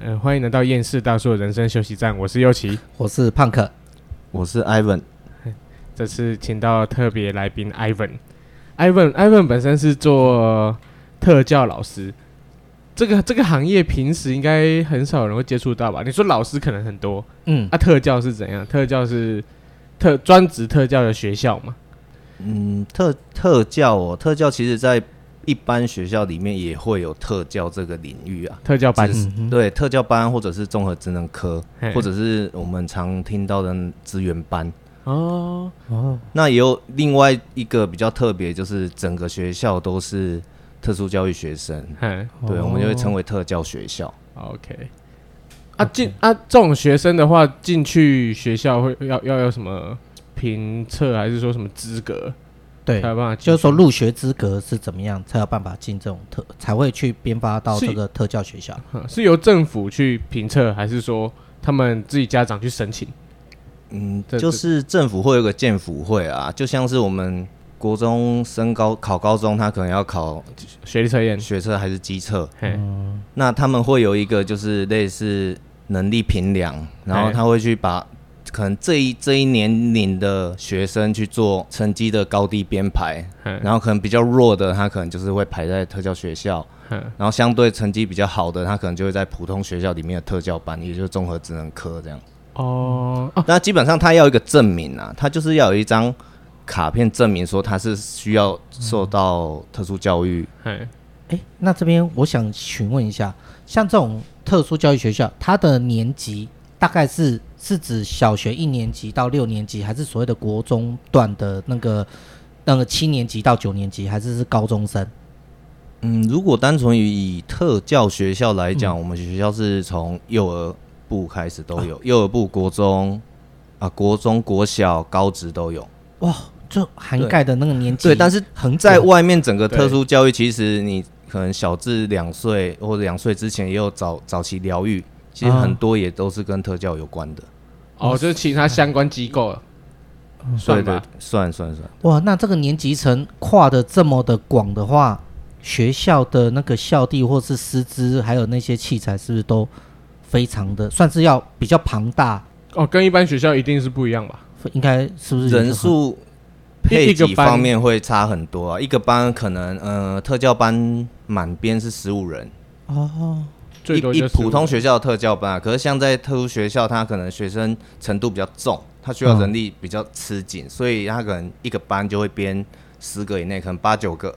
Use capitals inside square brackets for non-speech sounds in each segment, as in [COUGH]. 呃欢迎来到厌世大叔的人生休息站，我是右奇。我是胖克，我是 Ivan，这次请到特别来宾 Ivan。Ivan Ivan 本身是做特教老师，这个这个行业平时应该很少人会接触到吧？你说老师可能很多，嗯，啊，特教是怎样？特教是特专职特教的学校嘛？嗯，特特教哦，特教其实在一般学校里面也会有特教这个领域啊，特教班，嗯对，特教班或者是综合职能科，嘿或者是我们常听到的资源班。哦，哦，那也有另外一个比较特别，就是整个学校都是特殊教育学生，嗯对，我们就会称为为特教学校。 ，OK。啊进啊，这种学生的话，进去学校会要要有什么评测，还是说什么资格对才，有办法进去？就是说入学资格是怎么样才有办法进这种特，才会去编发到这个特教学校。哼啊是由政府去评测，还是说他们自己家长去申请？嗯，这就是政府会有个建府会啊，就像是我们国中升高考高中，他可能要考学历测验？学测还是机测，嘿，那他们会有一个就是类似能力评量，然后他会去把可能这一这一年龄的学生去做成绩的高低编排，嘿然后可能比较弱的他可能就是会排在特教学校，哼然后相对成绩比较好的他可能就会在普通学校里面的特教班，也就是综合职能科这样。哦哦，那基本上他要一个证明啊，他就是要有一张卡片证明说他是需要受到特殊教育。嘿，哎，那这边我想询问一下，像这种特殊教育学校，它的年级大概是是指小学一年级到六年级，还是所谓的国中段的那个那个七年级到九年级，还是是高中生？嗯，如果单纯以特教学校来讲，嗯我们学校是从幼儿部开始都有，哦幼儿部、国中啊、国中、国小、高职都有。嗯哇，就涵盖的那个年级对，但是很广在外面整个特对殊教育，其实你可能小至两岁或者两岁之前也有早早期疗愈，其实啊很多也都是跟特教有关的。哦，就是其他相关机构了，嗯算对嗯对吧。，算算算，哇，那这个年级层跨的这么的广的话，学校的那个校地或是师资，还有那些器材，是不是都非常的算是要比较庞大？哦，跟一般学校一定是不一样吧？应该是不是人数配一个给班方面会差很多啊。一个班可能呃，特教班满编是十五人。哦？最多一就一是普通学校的特教班、啊，可是像在特殊学校，它可能学生程度比较重，它需要人力比较吃紧，所以它可能一个班就会编十个以内，可能八九个，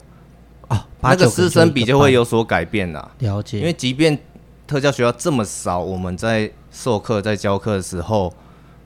啊，八那九个人师一生个比就会班嗯有所改变啦。了解，因为即便特教学校这么少，我们在授课、在教课的时候，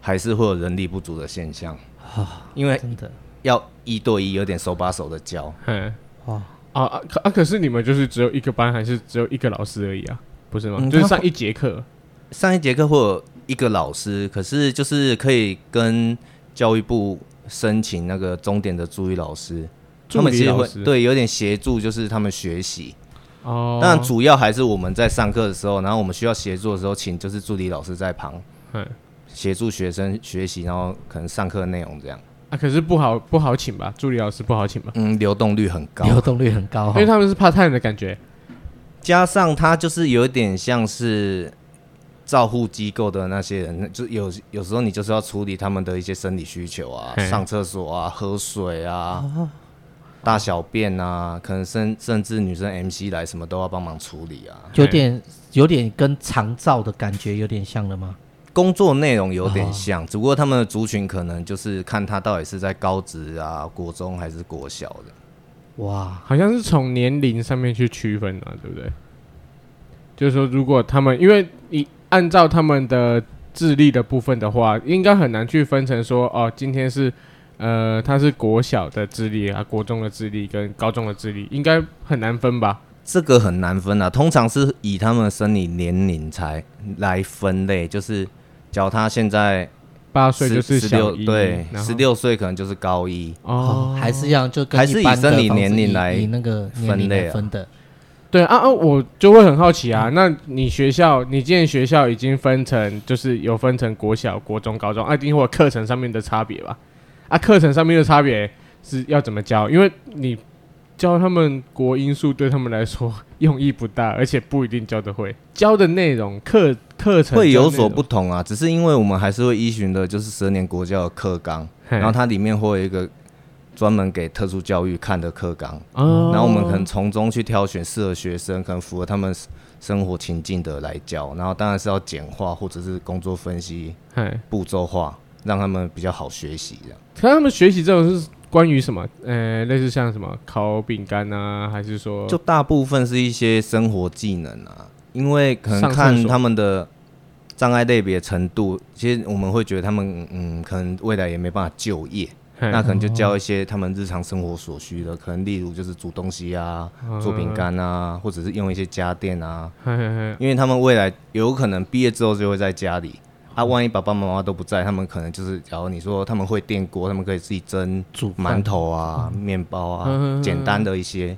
还是会有人力不足的现象，啊，因为真的要一对一，有点手把手的教。嘿，哇，啊啊可啊！可是你们就是只有一个班，还是只有一个老师而已啊？不是吗？嗯就是他上一节课上一节课会有一个老师，可是就是可以跟教育部申请那个终点的助理老师，他助们其理实老会师对有点协助，就是他们学习。哦，但主要还是我们在上课的时候，然后我们需要协助的时候，请就是助理老师在旁嗯协助学生学习，然后可能上课内容这样。啊，可是不好不好请吧？助理老师不好请吧？嗯，流动率很高，流动率很高哦因哈为。他们是 part time 的感觉加上他就是有点像是照护机构的那些人，就有有时候你就是要处理他们的一些生理需求啊嘿，上厕所啊，喝水啊，大小便啊，可能甚甚至女生 MC 来什么都要帮忙处理啊，有点有点跟长照的感觉有点像了吗？工作内容有点像，只不过他们的族群可能就是看他到底是在高职啊、国中还是国小的。哇，好像是从年龄上面去区分啊，对不对？就是说，如果他们因为你按照他们的智力的部分的话，应该很难去分成说哦，今天是呃他是国小的智力啊，国中的智力跟高中的智力，应该很难分吧？这个很难分啊，通常是以他们的生理年龄才来分类，就是脚他现在八岁就是十小六，一，对，然后十六岁可能就是高一。哦，还是一样，就跟还是一般以生的理方年式龄以来以那个年龄分类来啊分的，对啊啊，我就会很好奇啊。那你学校，你今天学校已经分成，就是有分成国小、国中、高中，啊，一定会有课程上面的差别吧？啊，课程上面的差别是要怎么教？因为你教他们国音数对他们来说用意不大，而且不一定教得会。教的内容课课程会教有内所容不，同啊，只是因为我们还是会依循的，就是十二年国教的课纲，然然后它里面会有一个专门给特殊教育看的课纲，哦，然后我们可能从中去挑选适合学生，可能符合他们生活情境的来教，然后当然是要简化或者是工作分析哎，步骤化，让他们比较好学习这样。可是他们学习这种是关于什么？呃，类似像什么烤饼干啊，还是说就大部分是一些生活技能啊，因为可能上厕看所他们的障碍类别程度，其实我们会觉得他们嗯，可能未来也没办法就业，嘿那可能就教一些他们日常生活所需的，可能例如就是煮东西啊、嗯做饼，干啊，或者是用一些家电啊，哦嘿嘿嘿因为他们未来有可能毕业之后就会在家里。啊，嗯万一爸爸妈妈都不在，他们可能就是，假如你说他们会电锅，他们可以自己蒸煮馒头啊、面包啊，嗯简单的一些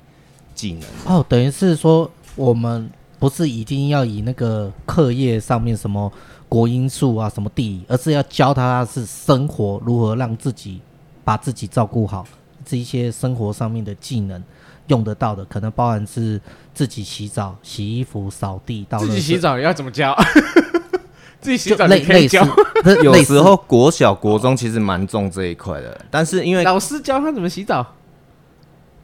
技能。哦，等于是说我们不是一定要以那个课业上面什么国因素啊、什么地理，而是要教他是生活如何让自己把自己照顾好，这一些生活上面的技能用得到的，可能包含是自己洗澡、洗衣服、扫地、倒自垃圾己洗澡要怎么教？ [LAUGHS] 自己洗就澡类你可以类似 [LAUGHS] 教，，不是 [LAUGHS] 有类时似候国小、国中其实蛮重这一块的，但是因为老师教他怎么洗澡。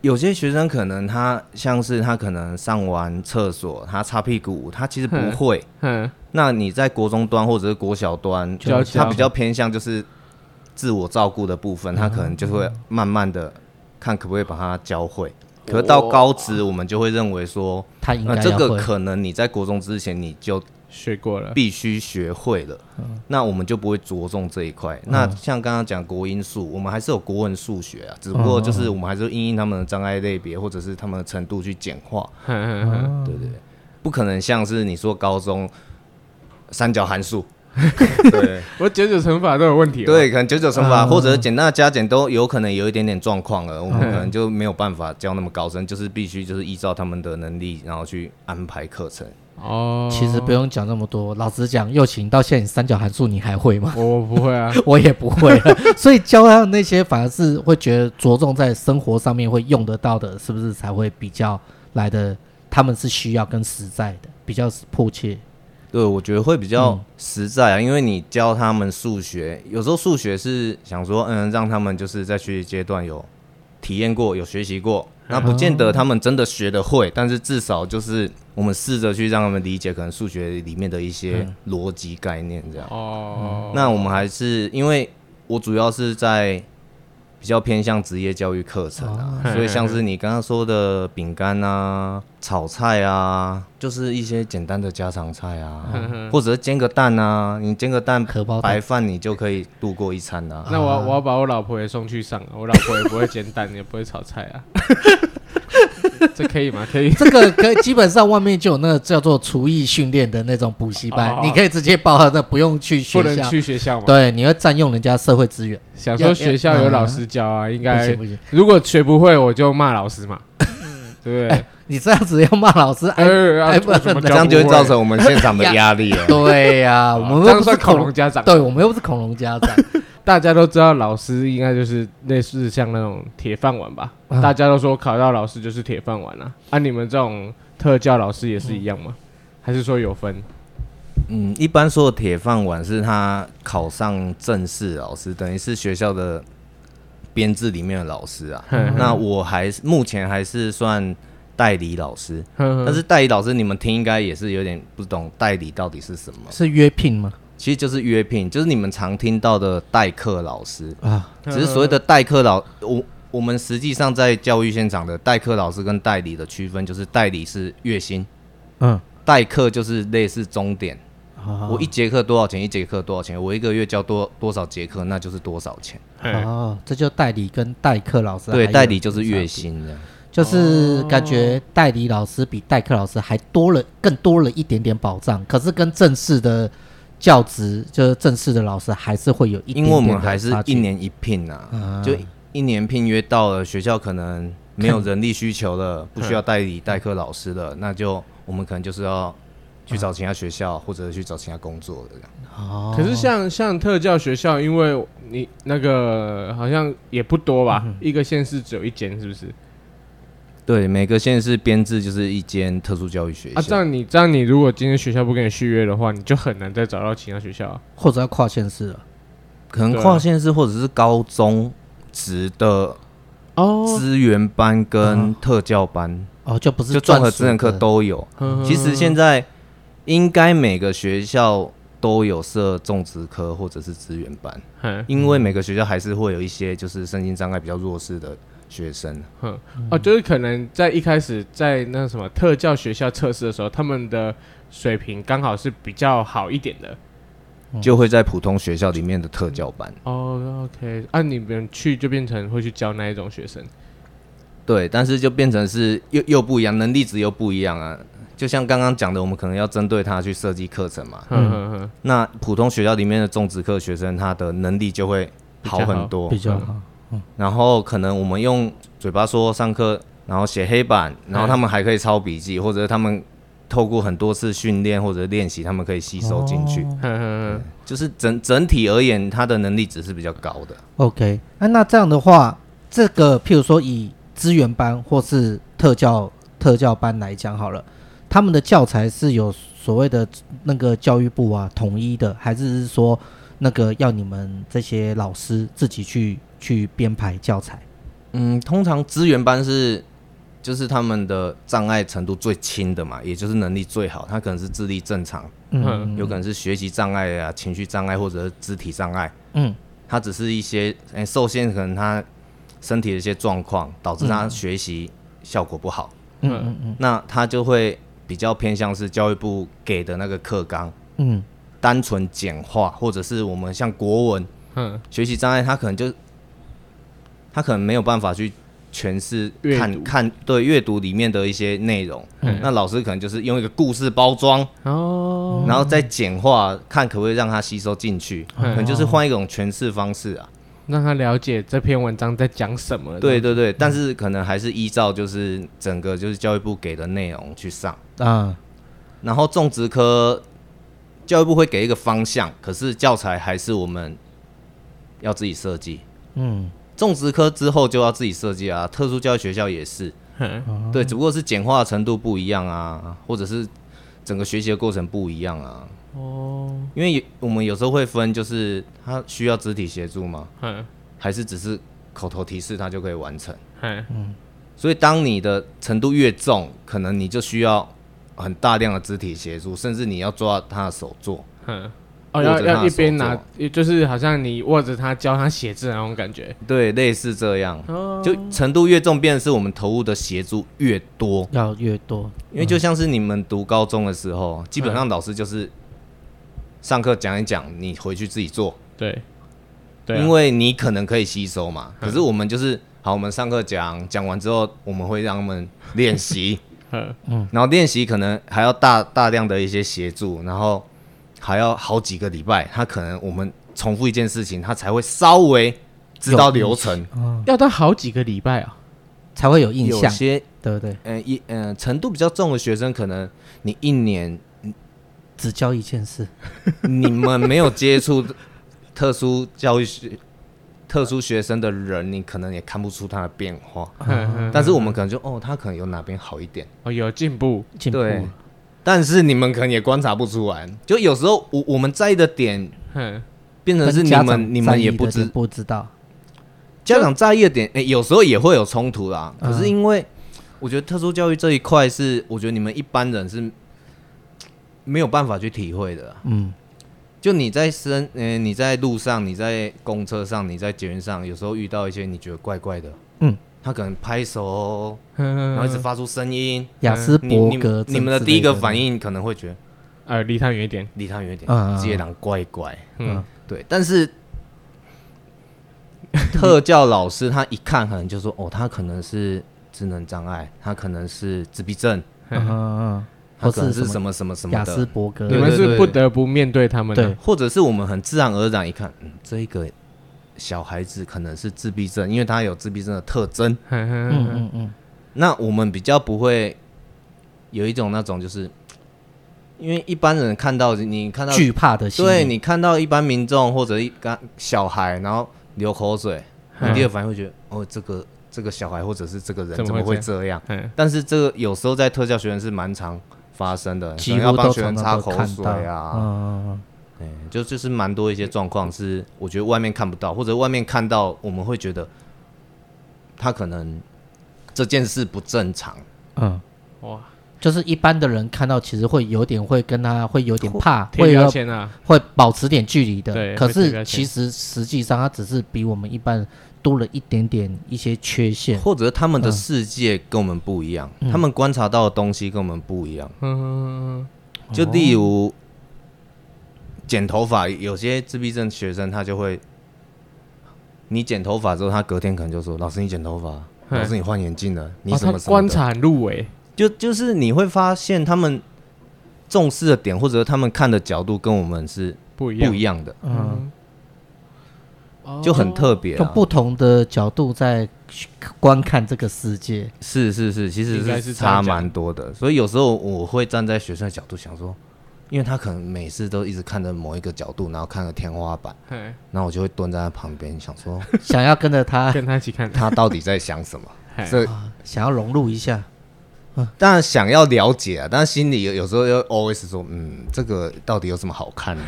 有些学生可能他像是他可能上完厕所，他擦屁股，他其实不会。嗯，那你在国中端或者是国小端，就要教他比较偏向就是自我照顾的部分，他可能就会慢慢的看可不可以把它教会。可是到高职，我们就会认为说，他应那该这要个会。可能你在国中之前你就学过了，必须学会了，那我们就不会着重这一块。那像刚刚讲国音数，我们还是有国文、数学啊，只不过就是我们还是因应他们的障碍类别或者是他们的程度去简化，嘿嘿嘿对对对，不可能像是你说高中三角函数，对我九九乘法都有问题。，哦对，可能九九乘法或者是简单的加减都有可能有一点点状况了，我们可能就没有办法教那么高深，就是必须就是依照他们的能力，然后去安排课程。哦，其实不用讲那么多，老实讲，右琴到现在你三角函数你还会吗？我我不会啊。 [LAUGHS] 我也不会了，所以教他的那些反而是会觉得着重在生活上面会用得到的，是不是才会比较来的？他们是需要跟实在的，比较迫切。对，我觉得会比较实在啊，因为你教他们数学，有时候数学是想说，嗯，让他们就是在学习阶段有体验过、有学习过，那不见得他们真的学得会，但是至少就是我们试着去让他们理解，可能数学里面的一些逻辑概念这样。哦，嗯那我们还是因为我主要是在比较偏向职业教育课程啊，哦所以像是你刚刚说的饼干啊、炒菜啊，就是一些简单的家常菜啊嗯哼，或者是煎个蛋啊，你煎个蛋荷包蛋白饭你就可以度过一餐啊。那我要我要把我老婆也送去上啊，我老婆也不会煎蛋，也不会炒菜啊。 [LAUGHS] 这可以吗？可以。这个可以基本上外面就有那个叫做厨艺训练的那种补习班哦，你可以直接报他的，不用去不 [LAUGHS] 学能校。去学校吗？对，你会占用人家社会资源，想说学校有老师教啊，应不行该不行，如果学不会，我就骂老师嘛，对不对？你这样子要骂老 [LAUGHS] 师，哎，呃，啊哎不为什么这教样不就会造会成我们 [LAUGHS] 现场的压力 [LAUGHS] 了。对呀，啊我们这又样不是算恐恐龙龙，家长。对我们又不是恐龙家 [LAUGHS] 长，大家都知道老师应该就是类似像那种铁饭碗吧？啊大家都说考到老师就是铁饭碗啊。啊，你们这种特教老师也是一样吗？嗯还是说有分？嗯，一般说的铁饭碗是他考上正式老师，等于是学校的编制里面的老师啊。那我还是目前还是算代理老师，但但是代理老师你们听应该也是有点不懂代理到底是什么，是约聘吗？其实就是约聘，就是你们常听到的代课 [LAUGHS] 老师，啊，只是所谓的代课老我。我们实际上在教育现场的代课老师跟代理的区分，就是代理是月薪，嗯，啊代课就是类似钟点，好我一节课多少钱？一节课多少钱？我一个月教多多少节课，那就是多少钱。哦，这就代理跟代课老师还对，有代理就是差月别，薪的。就是感觉代理老师比代课老师还多了更多了一点点保障，可是跟正式的教职就是正式的老师还是会有一点因点为的我们还是差距一年一聘啊啊，就一年聘约到了，学校可能没有人力需 [LAUGHS] 求了，不需要代理代课老师了，那就我们可能就是要去找其他学校，或者是去找其他工作的这样。哦，可是像像特教学校，因为嗯你那个好像也不多吧，一个县市只有一间，是不是？对，每个县市编制就是一间特殊教育学校。啊，这样你这样你如果今天学校不跟你续约的话，你就很难再找到其他学校啊、或者要跨县市了。可能跨县市或者是高中职的哦，资源班啊跟特教班，哦，就不是就综合专属职能课的都有。嗯其实现在应该每个学校都有设种植科或者是资源班，嗯因为每个学校还是会有一些就是身心障碍比较弱势的学生。哦，就是可能在一开始在那什么特教学校测试的时候，他们的水平刚好是比较好一点的。嗯就会在普通学校里面的特教班，哦，OK，按、啊、你们去就变成会去教那一种学生。对，但是就变成是又又不一样，能力值又不一样啊。就像刚刚讲的，我们可能要针对他去设计课程嘛。哼哼哼，那普通学校里面的种植课学生，他的能力就会好很多比。较好。然后可能我们用嘴巴说上课，然后写黑板，然后他们还可以抄笔记，或者是他们透过很多次训练或者练习，他们可以吸收进哦去。哼哼哼，就是整整体而言，他的能力值是比较高的。 OK，那、啊那这样的话，这个譬如说以资源班或是特教特教班来讲好了，他们的教材是有所谓的那个教育部啊统一的，还是是说那个要你们这些老师自己去去编排教材？嗯，通常资源班是就是他们的障碍程度最轻的嘛，也就是能力最好。他可能是智力正常，嗯有可能是学习障碍啊、情绪障碍或者是肢体障碍。嗯他只是一些诶、受限，可能他身体的一些状况导致他学习效果不好，嗯嗯嗯那他就会比较偏向是教育部给的那个课纲，嗯单纯简化，或者是我们像国文哼，学习障碍，他可能就他可能没有办法去诠释阅读看看对阅读里面的一些内容，嗯那老师可能就是用一个故事包装，哦，然后再简化，看可不可以让他吸收进去，嗯可能就是换一种诠释方式啊。让他了解这篇文章在讲什么。对，对对，但是可能还是依照就是整个就是教育部给的内容去上，啊然后种植科教育部会给一个方向，可是教材还是我们要自己设计。嗯种植科之后就要自己设计啊，特殊教育学校也是，哼对，只不过是简化的程度不一样啊，或者是整个学习的过程不一样啊。哦，因为有我们有时候会分，就是他需要肢体协助吗？哼还是只是口头提示他就可以完成？哼，所以当你的程度越重，可能你就需要很大量的肢体协助，甚至你要抓他的手做。哼。哦，握要着他要的一手边拿做，也就是好像你握着他教他写字的那种感觉。对，类似这样，哦，就程度越重，变成是我们投入的协助越多。要越多因为就像是你们读高中的时候，嗯基本上老师就是上课讲一讲，你回去自己做，对，对啊，嗯因为你可能可以吸收嘛。可是我们就是好，我们上课讲讲完之后，我们会让他们练 [LAUGHS] 习，哼嗯然后练习可能还要大大量的一些协助，然后还要好几个礼拜，他可能我们重复一件事情，他才会稍微知道流程。要到好几个礼拜啊。嗯才会有印有象，些对不对？呃一呃程度比较重的学生，可能你一年只教一件事，你们没有接触 [LAUGHS] 特殊教育学特殊学生的人，你可能也看不出他的变化。哼哼但是我们可能就哦，他可能有哪边好一点，哦，有进步。进步对但是你们可能也观察不出来。就有时候我我们在意的点，哼，变成跟是你家长们你在们也意不的点知不知道，家长在意的点，哎、有时候也会有冲突啦。嗯可是因为我觉得特殊教育这一块是，我觉得你们一般人是没有办法去体会的啊。嗯就你在身，嗯、你在路上，你在公车上，你在捷运上，有时候遇到一些你觉得怪怪的，嗯，他可能拍手，哦哼哼然后一直发出声音，雅斯你伯你格嗯你们的症第一之类个反应可能会觉得呃，离他远一点。离他远一点嗯嗯嗯，这人怪怪，嗯，对，但是特教老师他一看可能就说，哦，他可能是智能障碍，他可能是自闭症，嗯嗯他或可能是是什什么什么什嗯，么雅的斯，伯格你对们对是对不得不面对他们的。对或者是我们很自然而然一看，嗯，这一个小孩子可能是自闭症，因为他有自闭症的特征。哼哼嗯哼嗯嗯，那我们比较不会有一种那种，就是因为一般人看到你看到，惧怕的心理，对你看到一般民众或者一个小孩，然后流口水，嗯你第二反应会觉得，哦，这个这个小孩或者是这个人怎么怎会么会这样？嗯，但是这个有时候在特教学院是蛮常发生的，可几能要乎帮都学常生常擦都口看水到。啊，嗯，哎就就是蛮多一些状况是我觉得外面看不到，或者外面看到我们会觉得他可能这件事不正常，嗯，哇，就是一般的人看到其实会有点会跟他会有点怕，贴会标要签啊，会保持点距离对的。可会贴标签是其实实际上他只是比我们一般多了一点点一些缺陷。或者他们的嗯世界跟我们不一样，嗯他们观察到的东西跟我们不一样。嗯，就例哦如剪头发，有些自闭症学生他就会，你剪头发之后，他隔天可能就说：“老师，你剪头发，啊嗯老师你换眼镜了，你哦什么他什么观的。察很欸入微，就就是你会发现他们重视的点或者他们看的角度跟我们是不一样，不一样的，嗯，嗯就很特别、用啊。不同的角度在观看这个世界。是是是，其实应该是这样差讲蛮多的，所以有时候我会站在学生的角度想说，因为他可能每次都一直看着某一个角度，然后看着天花板。嘿那我就会蹲在他旁边，想 [LAUGHS] 说想要跟着他，跟他一起看，他到底在想什么。嘿这想要融入一下，当然想要了解啊，但心里有有时候又 always 说，嗯，这个到底有什么好看的？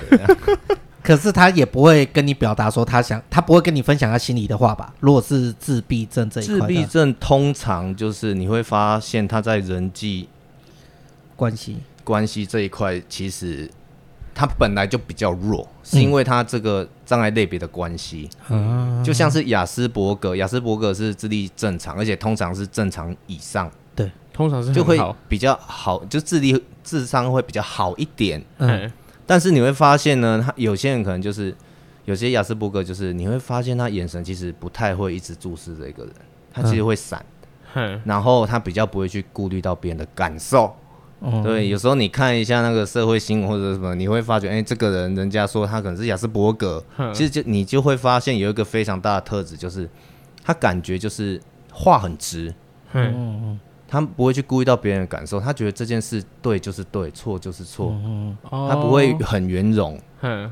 可是他也不会跟你表达说他想，他不会跟你分享他心里的话吧？如果是自闭症这一块自的闭症通常就是你会发现他在人际关系，关系这一块，其实他本来就比较弱，是因为他这个障碍类别的关系，嗯，就像是雅斯伯格，雅斯伯格是智力正常，而且通常是正常以上，通常是就很会好，比较好，就智力智商会比较好一点。嗯嘿但是你会发现呢，他有些人可能就是有些雅斯伯格，就是你会发现他眼神其实不太会一直注视着一个人，他嗯其实会闪，嘿，然后他比较不会去顾虑到别人的感受。嗯对，有时候你看一下那个社会新闻或者什么，你会发觉，哎、这个人人家说他可能是雅斯伯格，哼其实就你就会发现有一个非常大的特质，就是他感觉就是话很直。嘿，嗯他不会去顾虑到别人的感受，他觉得这件事对就是对，错就是错，嗯，他他不会很圆融。嗯，哦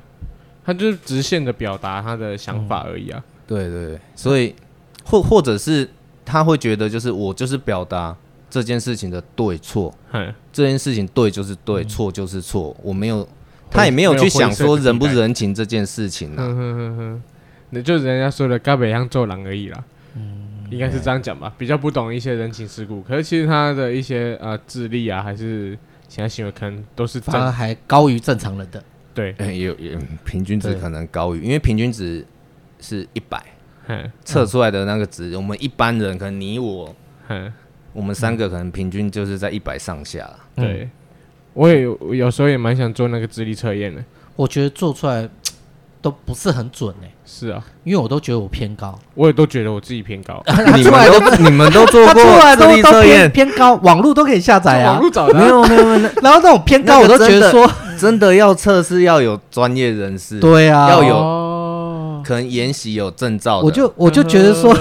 他就是直线的表达他的想法而已啊。对对对，所以或或者是他会觉得，就是我就是表达这件事情的对错，哼，这件事情对就是对，错就是错，我没有，他嗯也没有去想说人不人情这件事情啊。哼哼哼哼，那就是人家说的“嘎北像做狼而已”啦。嗯应该是这样讲吧，比较不懂一些人情世故，可是其实他的一些呃智力啊，还是其他行为，可能都是反而正还高于正常人的，对，嗯有有嗯平均值对可能高于，因为平均值是一百哼测出来的那个值，我们一般人可能你我哼，我们三个可能平均就是在一百上下啦。嗯对。我也有有时候也蛮想做那个智力测验的，我觉得做出来都不是很准哎、是啊，因为我都觉得我偏高，我也都觉得我自己偏高，你们都你们都做他过出来智都力都测偏验？偏高，网络都可以下 [LAUGHS] 载网啊，络找的没啊，有没有没有，那然后那种偏高 [LAUGHS] 那我个都觉得真的嗯说，真的要测试要有专业人士，对啊，要有哦，可能研习有证照的，我就我就觉得 [LAUGHS] 嗯说，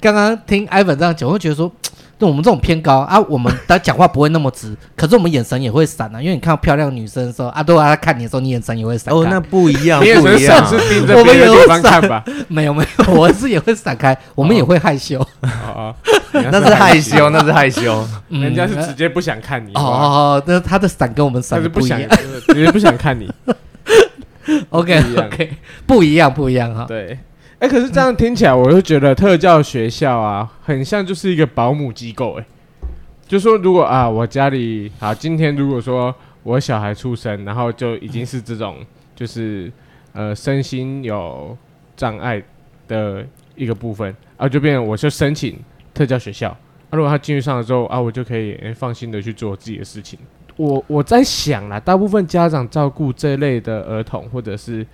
刚刚听 Ivan 这样讲，我会觉得说，那我们这种偏高啊，我们他讲话不会那么直， [LAUGHS] 可是我们眼神也会闪啊，因为你看到漂亮女生的时候，啊，如果她看你的时候，你眼神也会闪开。哦，那不一样，你也不是一上样次。盯我着们别的有地方看闪吧，没有没有， [LAUGHS] 我是也会闪哦开，我们也会害 [LAUGHS] 羞。 [LAUGHS] 哦，哦 [LAUGHS] 那是害羞，那是害羞。嗯人家是直接不想看你哦哦，哦那他的闪跟我们他闪是的不一想呃样。直接不想看你， [LAUGHS] OK 不一样 OK，不一样不一样哈。对。哎、可是这样听起来，我就觉得特教学校啊，很像就是一个保姆机构、哎，就说如果啊，我家里好，今天如果说我小孩出生，然后就已经是这种，就是呃，身心有障碍的一个部分，啊，就变成我就申请特教学校。啊，如果他进去上了之后啊，我就可以、哎放心的去做自己的事情。我我在想啦，大部分家长照顾这类的儿童或者是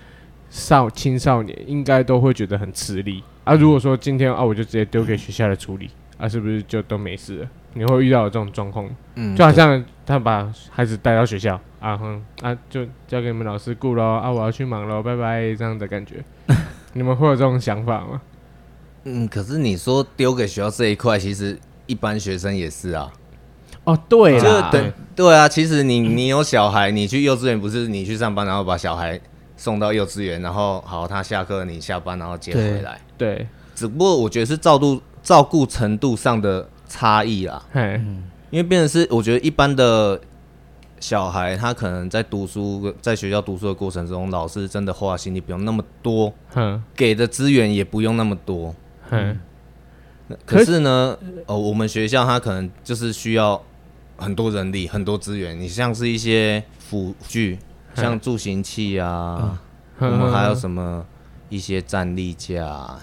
少青少年，应该都会觉得很吃力嗯啊。如果说今天啊，我就直接丢给学校来处理啊，是不是就都没事了？你会遇到有这种状况，嗯就好像他把孩子带到学校啊，哼啊，就交给你们老师顾喽啊，我要去忙喽，拜拜这样的感 [LAUGHS] 觉。你们会有这种想法吗？嗯，可是你说丢给学校这一块，其实一般学生也是啊，哦，对就是啦，等对啊。其实你你有小孩，你去幼稚园不是你去上班，然后把小孩送到幼稚园，然后好他下课你下班，然后接对回来。对，只不过我觉得是照顾照顾程度上的差异啦。嘿，因为变成是，我觉得一般的小孩，他可能在读书，在学校读书的过程中，老师真的花的心力不用那么多，哼，给的资源也不用那么多。嘿，嗯那可可是呢，呃，我们学校他可能就是需要很多人力、很多资源。你像是一些辅具，嗯像助行器啊，我哼们还有什么一些站立架啊，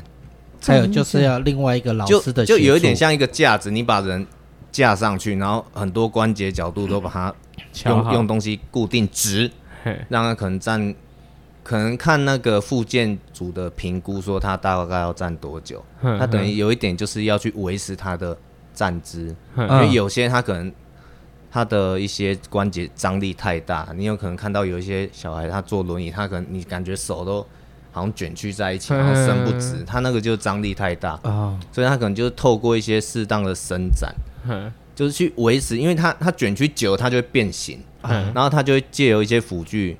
还有就是要另外一个老就师的就协有一点助像一个架子，你把人架上去，然后很多关节角度都把它瞧用好用东西固定直，嘿，让他可能站，可能看那个复健组的评估，说他大概要站多久。哼他等于有一点就是要去维持他的站姿，嗯因为有些他可能他的一些关节张力太大，你有可能看到有一些小孩他坐轮椅，他可能你感觉手都好像卷曲在一起，嗯然后伸不直，他那个就是张力太大，啊，所以他可能就是透过一些适当的伸展，哼就是去维持，因为他他卷曲久了，它就会变形，嗯然后他就会借由一些辅具，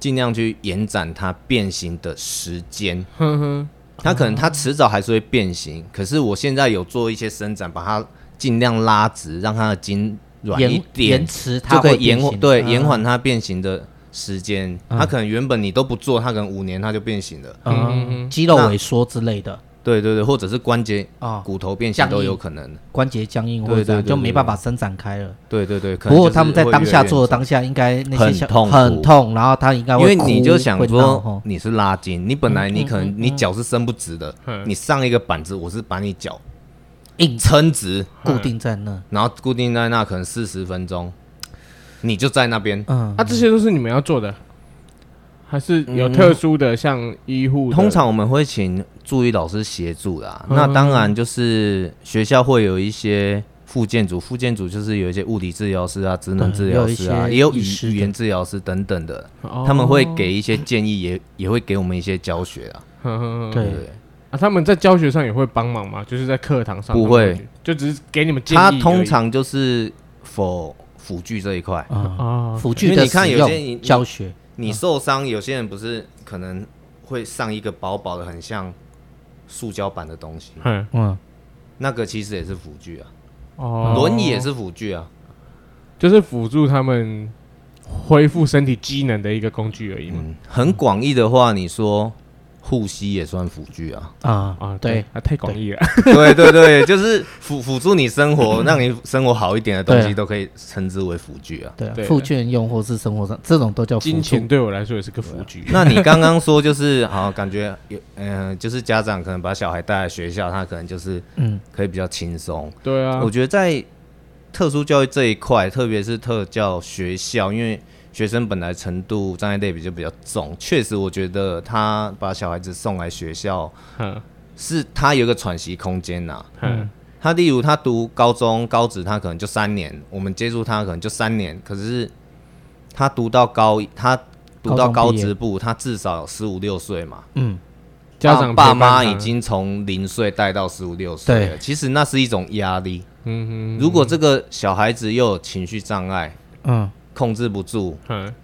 尽量去延展它变形的时间。哼哼，它可能它迟早还是会变形，可是我现在有做一些伸展，把它尽量拉直，让它的筋软一延点延，迟它就可会以延变缓形对嗯延缓它变形的时间。嗯它可能原本你都不做，它可能五年它就变形了。啊嗯嗯嗯肌肉那萎缩之类的对对对，或者是关节、哦啊，骨头变形僵硬都有可能。关节僵硬或者对对这样对就对没对办法伸展开了。对对对，可不能过就是他们在会当越下来越做的重当下，应该那些很小痛很苦痛，然后他应该因会为你就哭想会闹说吼嗯你是拉筋，你本来你可能你脚是伸不直的，嗯你上一个板子，我是把你脚硬撑直，固定在那，然后固定在那可能四十分钟，你就在那边。嗯啊，这些都是你们要做的，还是有特殊的，像医护的？嗯通常我们会请助理老师协助啦。嗯那当然就是学校会有一些复健组，复健组就是有一些物理治疗师啊、职能治疗师啊，嗯也有有一语些语言治疗师等等的，哦他们会，给一些建议，也也会给我们一些教学啊。哼哼哼对对不对？啊，他们在教学上也会帮忙吗？就是在课堂上不会，就只是给你们建议他而已。通常就是否辅具这一块。啊，哦，辅因具为的你看使有用些你教学，你受伤，有些人不是可能会上一个薄薄的，很像塑胶板的东西，嗯，嗯，那个其实也是辅具啊，哦，轮椅也，是辅具啊。就是辅助他们恢复身体机能的一个工具而已嘛。嗯，很广义的话，你说护膝也算辅具 [LAUGHS] 啊？啊啊，对，啊，太广义了。对对对，就是辅辅助你生活，让你生活好一点的东对西，啊都可以称之为辅具啊。对啊对，附件用或是生活上这种都叫 [LAUGHS] 金辅钱助，对我来说也是个辅具。那你刚刚说就是好，感觉有嗯、就是家长可能把小孩带来学校，他可能就是嗯，可以比较轻松。对啊我，觉得在特殊教育这一块，特别是特教学校，因为学生本来程度障碍类比就比较重，确实我觉得他把小孩子送来学校，嗯是他有一个喘息空间呐、嗯他例如他读高中、高职，他可能就三年，我们接触他可能就三年，可是他读到高一，他读到高中高毕业职部，他至少十五六岁嘛。嗯家长爸爸陪伴他妈已，经从零岁带到十五六岁了，对其实那是一种压力。嗯如果这个小孩子又有情绪障碍，嗯，控制不住哼嗯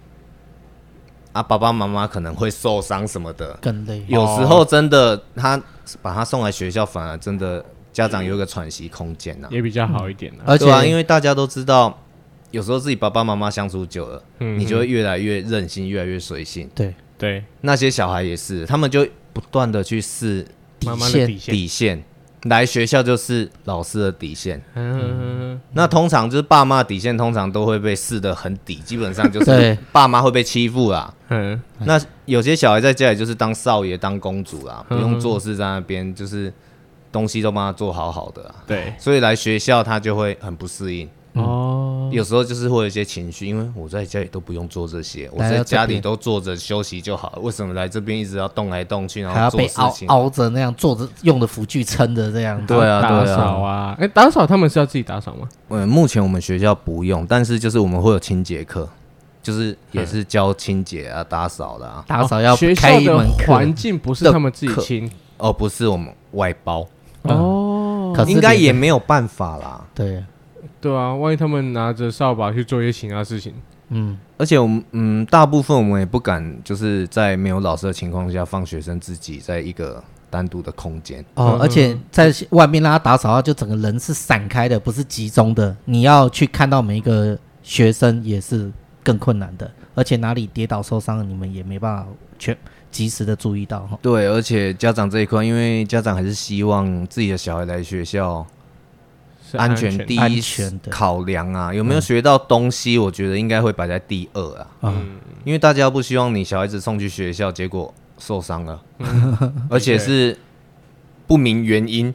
啊，爸爸妈妈可能会受伤什么的。更累，有时候真的，他把他送来学校，反而真的家长有一个喘息空间呐、嗯也比较好一点啊。而且对啊，因为大家都知道，有时候自己爸爸妈妈相处久了，嗯你就呃会越来越任性，越来越随性。对对，那些小孩也是，他们就不断的去试底慢慢的线底线，底线，来学校就是老师的底线。嗯，那通常就是爸妈的底线，通常都会被试得很底，基本上就对是爸妈会被欺负啦。嗯哎那有些小孩在家里就是当少爷、当公主啦，不嗯用做事在那边，就是东西都帮他做好好的啊。对，所以来学校他就会很不适应，哦，嗯有时候就是会有一些情绪，因为我在家里都不用做这些，我来到在家这里边都坐着休息就好了，为什么来这边一直要动来动去， [LAUGHS] 然还要后做被事凹情？凹着那样坐着用的辅具撑着这样，对啊，打对扫啊。啊，哎，打扫他们是要自己打扫吗？嗯，目前我们学校不用，但是就是我们会有清洁课，就是也是教清洁啊、打扫的啊。打扫要哦学开校一门的课，环境不是他们自己清哦，不是我们外包，哦，可是应该连也没有办法啦。对，对啊，万一他们拿着扫把去做一些其他事情，嗯，而且我们嗯，大部分我们也不敢就是在没有老师的情况下放学生自己在一个单独的空间。哦嗯，而且在外面让他打扫，啊就整个人是散开的，不是集中的。你要去看到每一个学生也是更困难的，而且哪里跌倒受伤，你们也没办法全及时的注意到哈。对，而且家长这一块，因为家长还是希望自己的小孩来学校是安全全第安一全的考量啊，有没有学到东西，我觉得应该会摆在第二啊，啊，嗯因为大家不希望你小孩子送去学校，结果受伤了，而且是不明原因。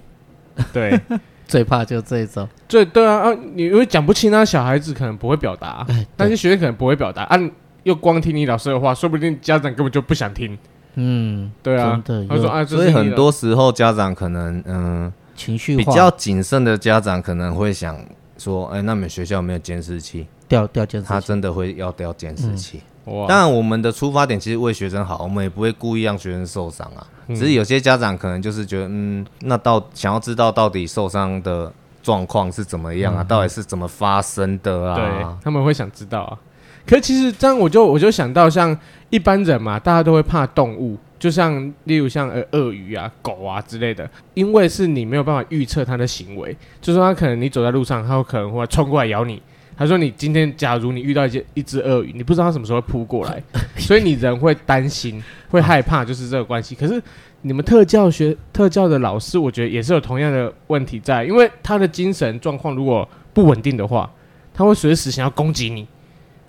[LAUGHS] 对，最怕就这种。最对啊啊！你因为讲不清啊，小孩子可能不会表达，啊哎，但是学生可能不会表达啊，又光听你老师的话，说不定家长根本就不想听。嗯，对啊，真的他说啊，这所以是你很的多时候家长可能嗯情绪比化较谨慎的家长可能会想说，哎、那你们学校有没有监视器？嗯掉掉件他啊事情，真的会要掉监视器。当哇，然，我们的出发点其实为学生好，我们也不会故意让学生受伤啊。只是有些家长可能就是觉得，嗯，那到想要知道到底受伤的状况是怎么样啊，到底是怎么发生的对啊？，他们会想知道啊。可其实这样，我就我就想到，像一般人嘛，大家都会怕动物，就像例如像呃鳄鱼啊、狗啊之类的，因为是你没有办法预测它的行为，就说它可能你走在路上，它有可能会冲过来咬你。他说：“你今天假如你遇到一只一只鳄鱼，你不知道它什么时候会扑过来，所以你人会担心、会害怕，就是这个关系。可是你们特教学特教的老师，我觉得也是有同样的问题在，因为他的精神状况如果不稳定的话，他会随时想要攻击你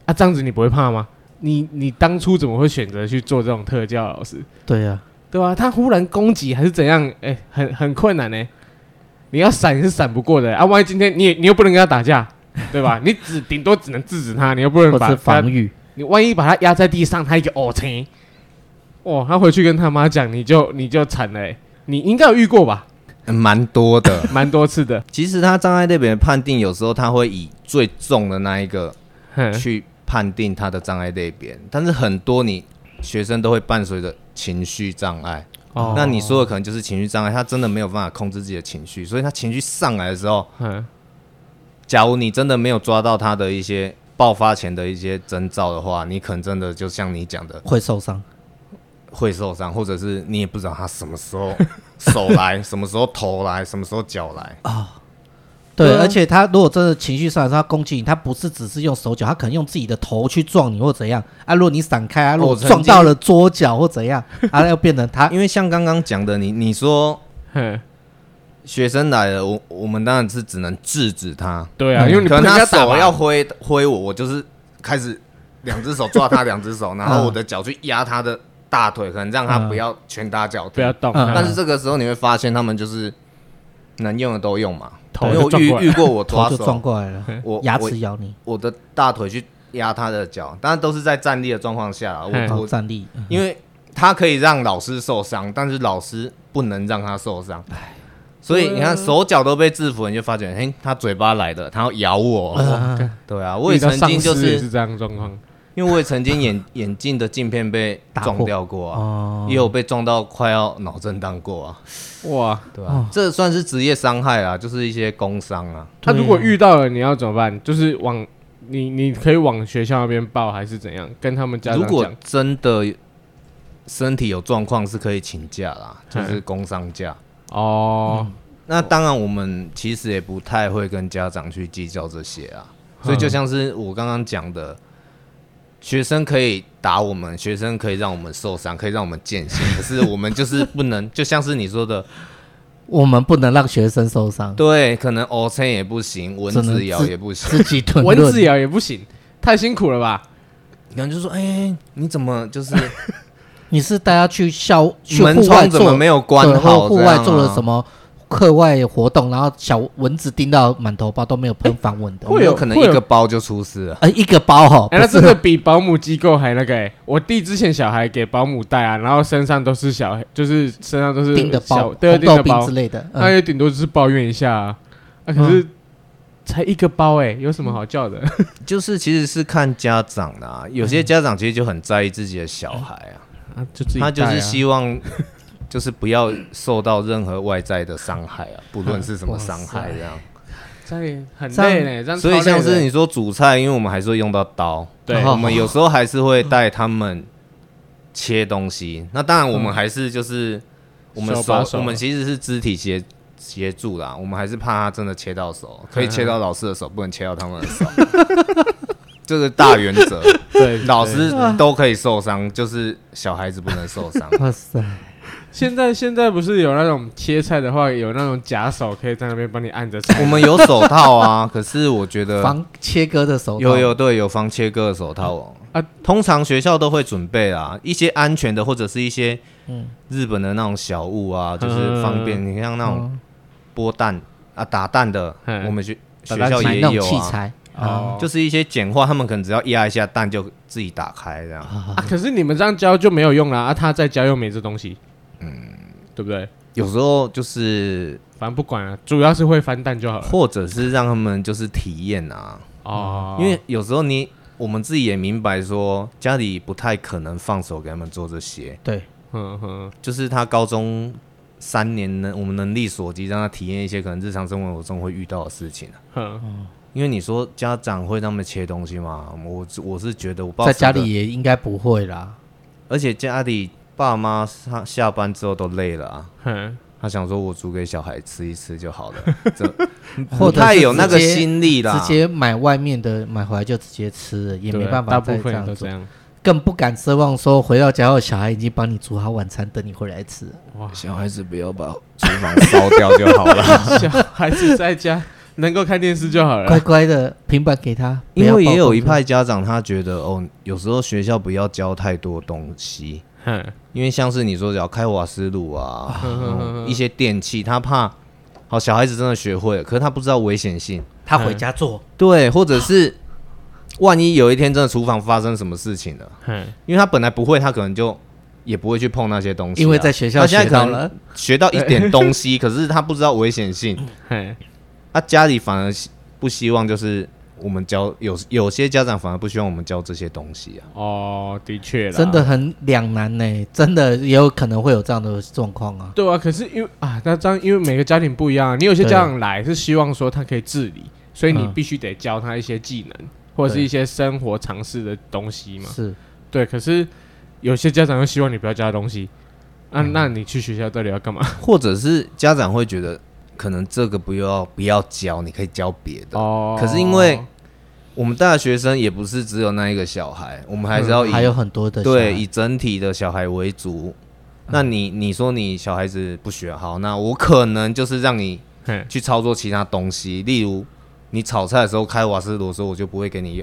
啊，这样子你不会怕吗？你你当初怎么会选择去做这种特教老师？对啊，对吧、他忽然攻击还是怎样？哎、很很困难呢、你要闪是闪不过的、啊！万一今天你也你又不能跟他打架，对吧？ [LAUGHS] 你只顶多只能制止他，你又不能或把是他防御，你万一把他压在地上，他一个哦天，哦，他回去跟他妈讲，你就你就惨了欸、你应该有遇过吧，嗯蛮多的。蛮多次的。其实他障碍类别的判定，有时候他会以最重的那一个哼去判定他的障碍类别，但是很多你学生都会伴随着情绪障碍。哦那你说的可能就是情绪障碍，他真的没有办法控制自己的情绪，所以他情绪上来的时候，哼假如你真的没有抓到他的一些爆发前的一些征兆的话，你可能真的就像你讲的会受伤。会受伤，或者是你也不知道他什么时候 [LAUGHS] 手来，什么时候头来，什么时候脚来。对，对啊而且他如果真的情绪上来，他攻击你，他不是只是用手脚，他可能用自己的头去撞你或怎样啊。如果你闪开啊，如哦果我撞曾到经了桌角或怎样，啊，要变成他因为像刚刚讲的，你你说哼，学生来了，我我们当然是只能制止他，对嗯啊，因 [LAUGHS] 为你不可能能跟他他打手吧要挥挥我，我就是开始两只手抓他两只手，然嗯后我的脚去压他的大腿，可能让他不要拳打脚不踢。要动，嗯但是这个时候你会发现，他们就是能用的都用嘛。头因为我就撞过来遇遇过我头抓就撞手，过来了，我牙我齿咬你，我的大腿去压他的脚，当然都是在站立的状况下啦。嗯然哎我后我站立。嗯因为他可以让老师受伤，但是老师不能让他受伤。哎所以你啊看，手脚都被制服，你就发觉，嘿，他嘴巴来的，他要咬我。嗯对啊，我也遇到曾经就丧尸也是是这样的状况，因为我也曾经眼眼镜的镜片被打破撞掉过啊，哦，也有被撞到快要脑震荡过啊，哇，对吧、这算是职业伤害啊，就是一些工伤啊。他对如啊果遇到了，你要怎么办？就是往你你可以往学校那边报，还是怎样？跟他们家如长果讲。真的身体有状况，是可以请假啦，就嗯是工伤假。哦，嗯那当然，我们其实也不太会跟家长去计较这些啊。嗯所以就像是我刚刚讲的，学生可以打我们，学生可以让我们受伤，可以让我们见血，可是我们就是不能，就像是你说 [LAUGHS] 的，我们不能让学生受伤，对，可能 O 称也不行，蚊只子能咬自也不行。自己吞蚊论子咬也不行，太辛苦了吧？然后就说：“哎、你怎么就是你是带他去校 [LAUGHS] 去门户外窗怎么做没有关对好？或啊户外做了么？”什么课外活动，然后小蚊子叮到满头包都没有喷防蚊的哎，会我们有有可能会一有个包就出事了。呃，一个包哈，哎、不那是真的比保姆机构还那个哎、我弟之前小孩给保姆带啊，然后身上都是小，就是身上都是叮的包小，对，红叮豆的冰包之，类的，那哎嗯，也顶多就是抱怨一下啊。啊可是才一个包哎、有什么好叫的？就是其实是看家长啦、有嗯些家长其实就很在意自己的小孩啊， [LAUGHS] 啊，就自己带啊他就是希望就是不要受到任何外在的伤害 [LAUGHS] 啊，不论是什么伤害这样。家里很这样累嘞、这样所超以累像是的你说煮菜，因为我们还是会用到刀，对我们有时候 [LAUGHS] 还是会带他们切东西。那当然，我们还是就是。我们手把手我们其实是肢体协协助啦，我们还是怕他真的切到手，可以切到老师的手，不能切到他们 [LAUGHS] 的手。这个大原则，对，老师都可以受伤，就是小孩子不能受伤。哇塞，现在现在不是有那种切菜的话，有那种假手可以在那边帮你按着菜。 [LAUGHS] 我们有手 [LAUGHS] 套啊，可是我觉得防切割的手有有对有防切割的手套哦。啊啊，通常学校都会准备啦，一些安全的或者是一些嗯日本的那种小物啊，就是方便。你像那种种波蛋啊、打蛋的嗯，我们学打学蛋校机买也那种有器啊，材哦，就是是一些简化，他们可能只要压一下蛋就自己打开这样。啊啊，可是你们这样教就没有用啦，啊，他再教又没这东西，嗯，对不对？有时候就是，反正不管了，啊主要是会翻蛋就好了。或者是让他们就是体验啊，哦，因为有时候你我们自己也明白说，家里不太可能放手给他们做这些，对，嗯哼，就是他高中三年能我们能力所及，让他体验一些可能日常生活中会遇到的事情、啊、哼，因为你说家长会让他们切东西嘛，我我是觉得我爸在家里，也应该不会啦。而且家里爸妈下下班之后都累了啊。哼，他想说，我煮给小孩吃一吃就 [LAUGHS] 好了，这或嗯不者是太有那个直接心力啦。，直接买外面的，买回来就直接吃了，也没对啊办法大部再这分人样都做这，样。 [LAUGHS] 更不敢奢望说回到家后小孩已经帮你煮好晚餐等你回来吃。哇小孩子不要把厨房烧掉就好了。小孩子在家能够看电视就好乖了。乖的平板给他，不因要为包也有一工作派家长他觉得，哦，有时候学校不要教太多东西，哼，因为像是你说要开瓦斯炉 [LAUGHS] 啊，哼哼哼嗯一些电器，他怕好小孩子真的学会了，可是他不知道危险性，他回家做，对，或者是万一有一天真的厨房发生什么事情了，哼，因为他本来不会，他可能就也不会去碰那些东嗯西啊，因为在学校他现在学到可能了，学到一点 [LAUGHS] 东西，可是他不知道危险性，哼，他家里反而希不希望就是我们教有有些家长反而不希望我们教这些东西啊。哦，的确啦，真的很两难呢、真的也有可能会有这样的状况啊。对啊，可是因为啊，那这样因为每个家庭不一样啊，你有些对家长来是希望说他可以自理，所以你嗯必须得教他一些技能或者是对一些生活常识的东西嘛。是，对，可是有些家长又希望你不要教他东西，啊，那你去学校到底要干嘛？ [LAUGHS] 或者是家长会觉得，可能这个不要不要教，你可以教别的。哦可是因为我们大学生也不是只有那一个小孩，我们还是要嗯以、还有很多的对小以整体的小孩为主。嗯那你你说你小孩子不学好，那我可能就是让你嘿去操作其他东西，例如你炒菜的时候开瓦斯炉的时候，我就不会给你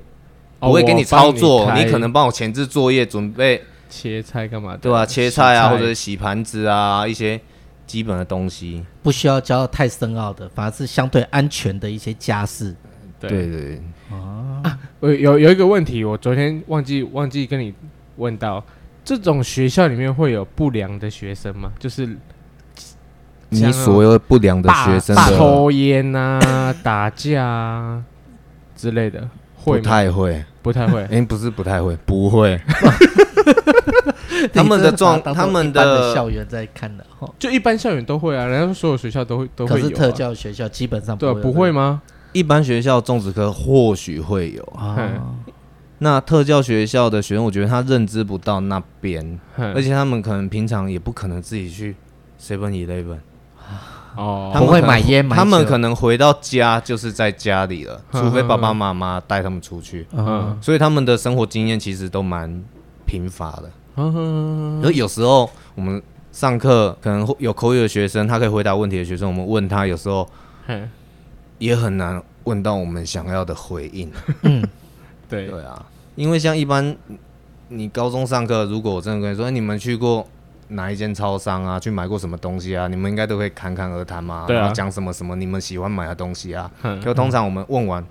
哦不会给我你操帮作，你你开可能帮我前置作业，准备切菜干嘛的？对吧、切菜啊，洗或者洗盘子啊，一些基本的东西。不需要教太深奥的，反而是相对安全的一些家事。对，对对，我有有一个问题，我昨天忘记忘记跟你问到，这种学校里面会有不良的学生吗？就是像你那所有不良的学生霸的抽烟 [LAUGHS] 啊、打架啊之类的，不会吗？太会，不太 [LAUGHS] 会。哎，不是不太会，不 [LAUGHS] 会。 [LAUGHS] 他们你真的把状，当作他们一般的的校园在看的哈，就一般校园都会啊，人家说所有学校都会都可会有、是啊。特教学校基本上对啊、有不会吗？一般学校种植科或许会有，这个啊，嗯那特教学校的学生，我觉得他认知不到那边，而而且他们可能平常也不可能自己去 Seven Eleven。哦，他不们会可能买烟买他们酒可能回到家就是在家里了，嗯除非爸爸妈妈带他们出去，嗯嗯，所以他们的生活经验其实都蛮贫乏的。嗯而有时候我们上课可能会有口语的学生，他可以回答问题的学生，我们问他，有时候嗯嘿也很难问到我们想要的回应。 [LAUGHS] 对，对啊，因为像一般你高中上课，如果我真的跟你说，哎你们去过哪一间超商啊，去买过什么东西啊，你们应该都会侃侃而谈嘛，对啊嗯然后讲什么什么你们喜欢买的东西啊。哼就通常我们问完，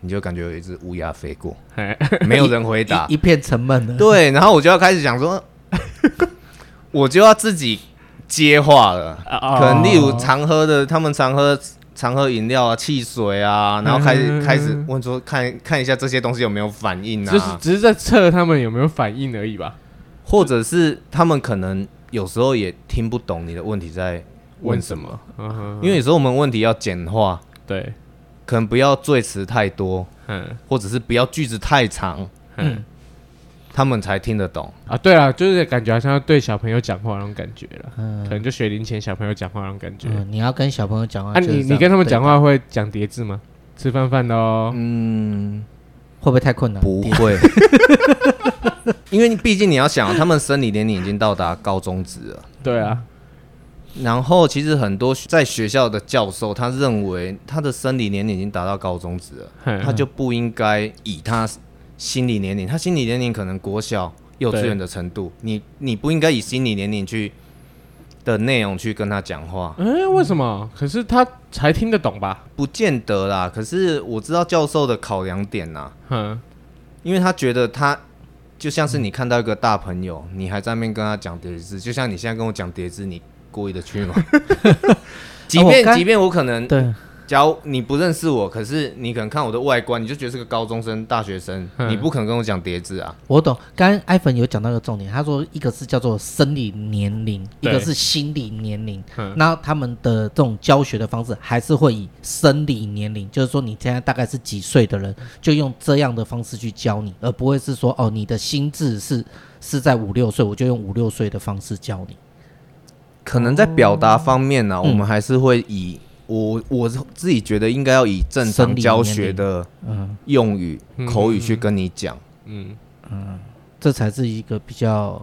你就感觉有一只乌鸦飞过，嘿没有人回 [LAUGHS] 答一。一片沉闷的，嗯对，然后我就要开始想说， [LAUGHS] 我就要自己接话了。 [LAUGHS] 哦可能例如常喝的，他们常喝常喝饮料啊、汽水啊，然后开始、嗯开始问说看看一下这些东西有没有反应啊，就是哦只是在测他们有没有反应而已吧。或者是他们可能有时候也听不懂你的问题在问什么，嗯哼，因为有时候我们问题要简化，对，可能不要赘词太多，嗯或者是不要句子太长，嗯，他们才听得懂。啊，对啊，就是感觉好像要对小朋友讲话那种感觉了，嗯可能就学龄前小朋友讲话那种感觉。嗯，你要跟小朋友哦讲话啊，就是你这样你跟他们讲对话会讲叠字吗？吃饭哦饭喽，嗯，会不会太困难？不会， [LAUGHS] 因为你毕竟你要想，他们生理年龄已经到达高中职了。对啊，然后其实很多在学校的教授，他认为他的生理年龄已经达到高中值了，哼他就不应该以他心理年龄，他心理年龄可能国小、幼稚园的程度，你你不应该以心理年龄去的内容去跟他讲话，哎，为什么？可是他才听得懂吧？不见得啦。可是我知道教授的考量点啊呐、哼，因为他觉得他就像是你看到一个大朋友，你还在那边跟他讲叠字，就像你现在跟我讲叠字，你过意的 [LAUGHS] 去吗？即我便刚即便哦我可能对，假如你不认识我，可是你可能看我的外观，你就觉得是个高中生、大学生，嗯你不可能跟我讲叠字啊。我懂。刚刚艾粉有讲到一个重点，他说一个是叫做生理年龄，一对嗯个是心理年龄。哼，那他们的这种教学的方式还是会以生理年龄，就是说你现在大概是几岁的人，嗯就用这样的方式去教你，而不会是说哦你的心智是是在五六岁，我就用五六岁的方式教你。可能在表达方面呢、嗯我们还是会以我我自己觉得应该要以正常教学的嗯，用语、嗯口语去跟你讲。嗯，这才是一个比较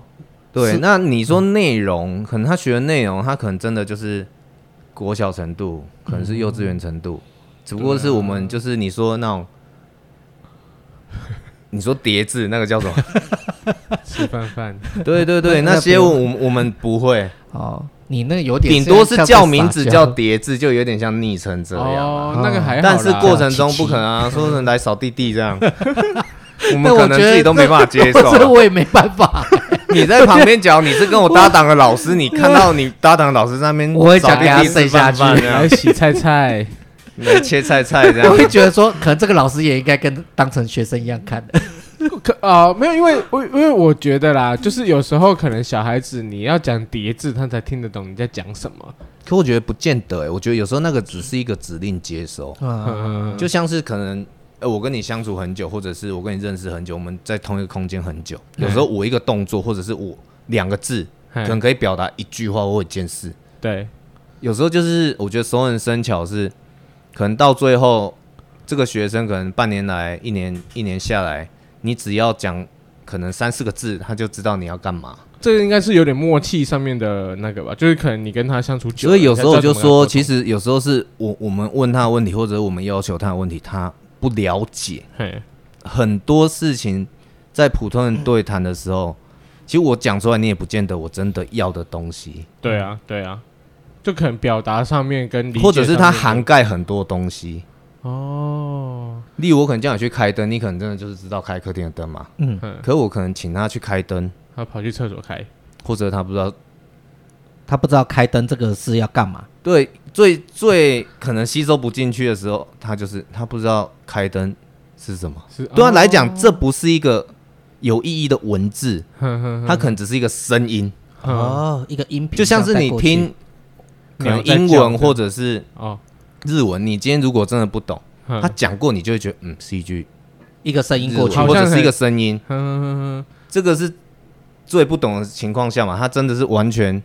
对是，那你说内容，可能他学的内容，他可能真的就是国小程度，可能是幼稚园程度，只不过是我们就是你说那种， [LAUGHS] 你说叠字那个叫什么？吃饭饭，对对对，那那那些不我用们我们不会，哦，你那个有点顶多是像叫在名撒字娇叫叠字，就有点像昵称 [LAUGHS] 这样啊。哦，那个还好啦，但是过程中琪琪不可能啊，说人来扫地地这样，我但们我可能觉自己得都没办法接所以受。[LAUGHS] 啊我也没办法，你在旁边讲，你是跟我搭档的老师，你看到你搭档的老师在那边，我会讲给他塞下去这还样有洗菜 [LAUGHS] 菜，来切菜菜这我样。会觉得说，可能这个老师也应该跟当成学生一样看的。可啊、没有，因为我因为我觉得啦，就是有时候可能小孩子你要讲叠字，他才听得懂你在讲什么。 [LAUGHS] 可我觉得不见得欸我觉得有时候那个只是一个指令接收，嗯，嗯，啊就像是可能。呃，我跟你相处很久，或者是我跟你认识很久，我们在同一个空间很久。有时候我一个动作，或者是我两个字，可能嘿可以表达一句话或一件事。对，有时候就是我觉得熟能生巧是，可能到最后这个学生可能半年来、一年一年下来，你只要讲可能三四个字，他就知道你要干嘛。这个应该是有点默契上面的那个吧，就是可能你跟他相处久了，所以有时候我就说，其实实有时候是我我们问他的问题，或者我们要求他的问题，他不了解嘿，很多事情，在普通人对谈的时候，其实我讲出来，你也不见得我真的要的东西，对啊，对啊，就可能表达上面跟理解或者是上它面涵盖很多东西。哦，例如，我可能叫你去开灯，你可能真的就是知道开客厅的灯嘛。嗯嗯，可我可能请他去开灯，他跑去厕所开，或者他不知道。他不知道开灯这个是要干嘛。对，最最可能吸收不进去的时候，他就是他不知道开灯是什么。是对他啊哦来讲，这不是一个有意义的文字，哼哼它可能只是一个声音，哼哦，一个音频，嗯就像是你听可能鸟在英叫文或者是哦，日文，你今天如果真的不懂，哼他讲过，你就会觉得嗯是一句一个声音过去日好文或像者是很一个声音，哼哼哼这个是最不懂的情况下嘛，他真的是完全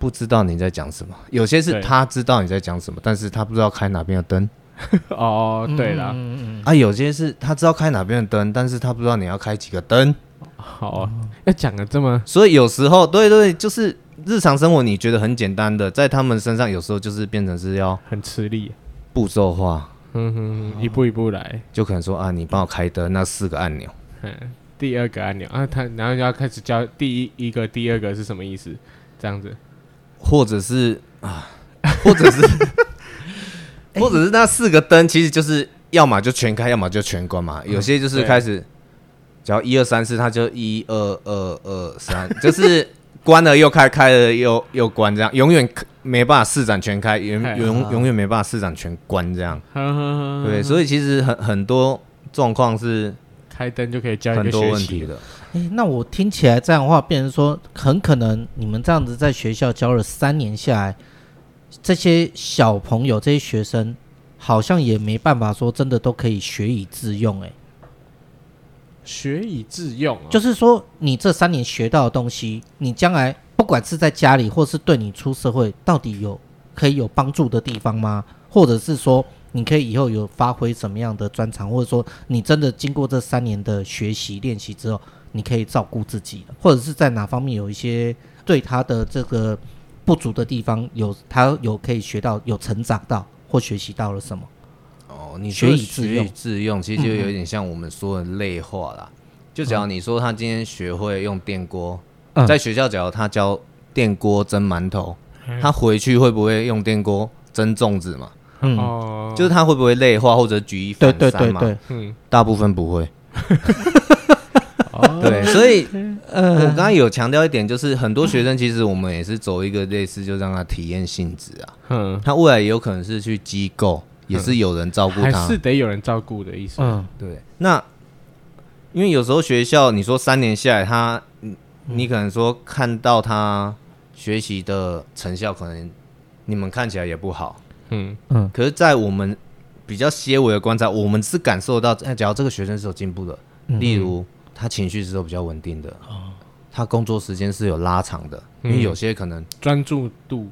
不知道你在讲什么。有些是对他知道你在讲什么，但是他不知道开哪边的灯哼 [LAUGHS] 哦，对啦，嗯嗯嗯啊；有些是他知道开哪边的灯，但是他不知道你要开几个灯。好啊，要讲的这么所以有时候，对对，就是日常生活你觉得很简单的，在他们身上有时候就是变成是要很吃力，步骤化，哼哼哼，一步一步来。就可能说啊，你帮我开灯那四个按钮。嗯，第二个按钮啊，他然后就要开始教第一一个、第二个是什么意思，这样子。或者是啊，或 [LAUGHS] 者是，或者是那四个灯其实就是要么就全开，要么就全关嘛。有些就是嗯对开始，只要一二三四，它就一二二二三，就是关了又开，开了又又关，这样永远没办法施展全开，永哎永永远没办法施展全关，这样。对，对所以其实很很多状况是开灯就可以教一很个多学问期题了。的。诶哎那我听起来这样的话，变成说，很可能你们这样子在学校教了三年下来，这些小朋友、这些学生，哎好像也没办法说真的都可以学以致用、诶，学以致用啊，就是说你这三年学到的东西，你将来不管是在家里，或是对你出社会，到底有可以有帮助的地方吗？或者是说，你可以以后有发挥什么样的专长，或者说你真的经过这三年的学习练习之后，你可以照顾自己，或者是在哪方面有一些对他的这个不足的地方，有他有可以学到，有成长到或学习到了什么？哦，你学说以致学用嗯以致用，其实就有点像我们说的类化啦。就假如你说他今天学会用电锅，嗯在学校假如他教电锅蒸馒头，嗯他回去会不会用电锅蒸粽子嘛？嗯，哦，就是他会不会类化或者举一对反对三对嘛？对，嗯，大部分不会。哦哦对，所以嗯呃，我刚刚有强调一点，就是很多学生其实我们也是走一个类似，就让他体验性质啊。嗯，他未来也有可能是去机构，也是有人照顾还他。是得有人照顾的意哦思。嗯，对，那因为有时候学校，你说三年下来，他嗯你你可能说看到他学习的成效，可能你们看起来也不好，嗯，可是，在我们比较些微的观察，我们是感受到，哎，假如这个学生是有进步的，嗯例如他情绪是有比较稳定的，哦他工作时间是有拉长的，嗯因为有些可能专注度，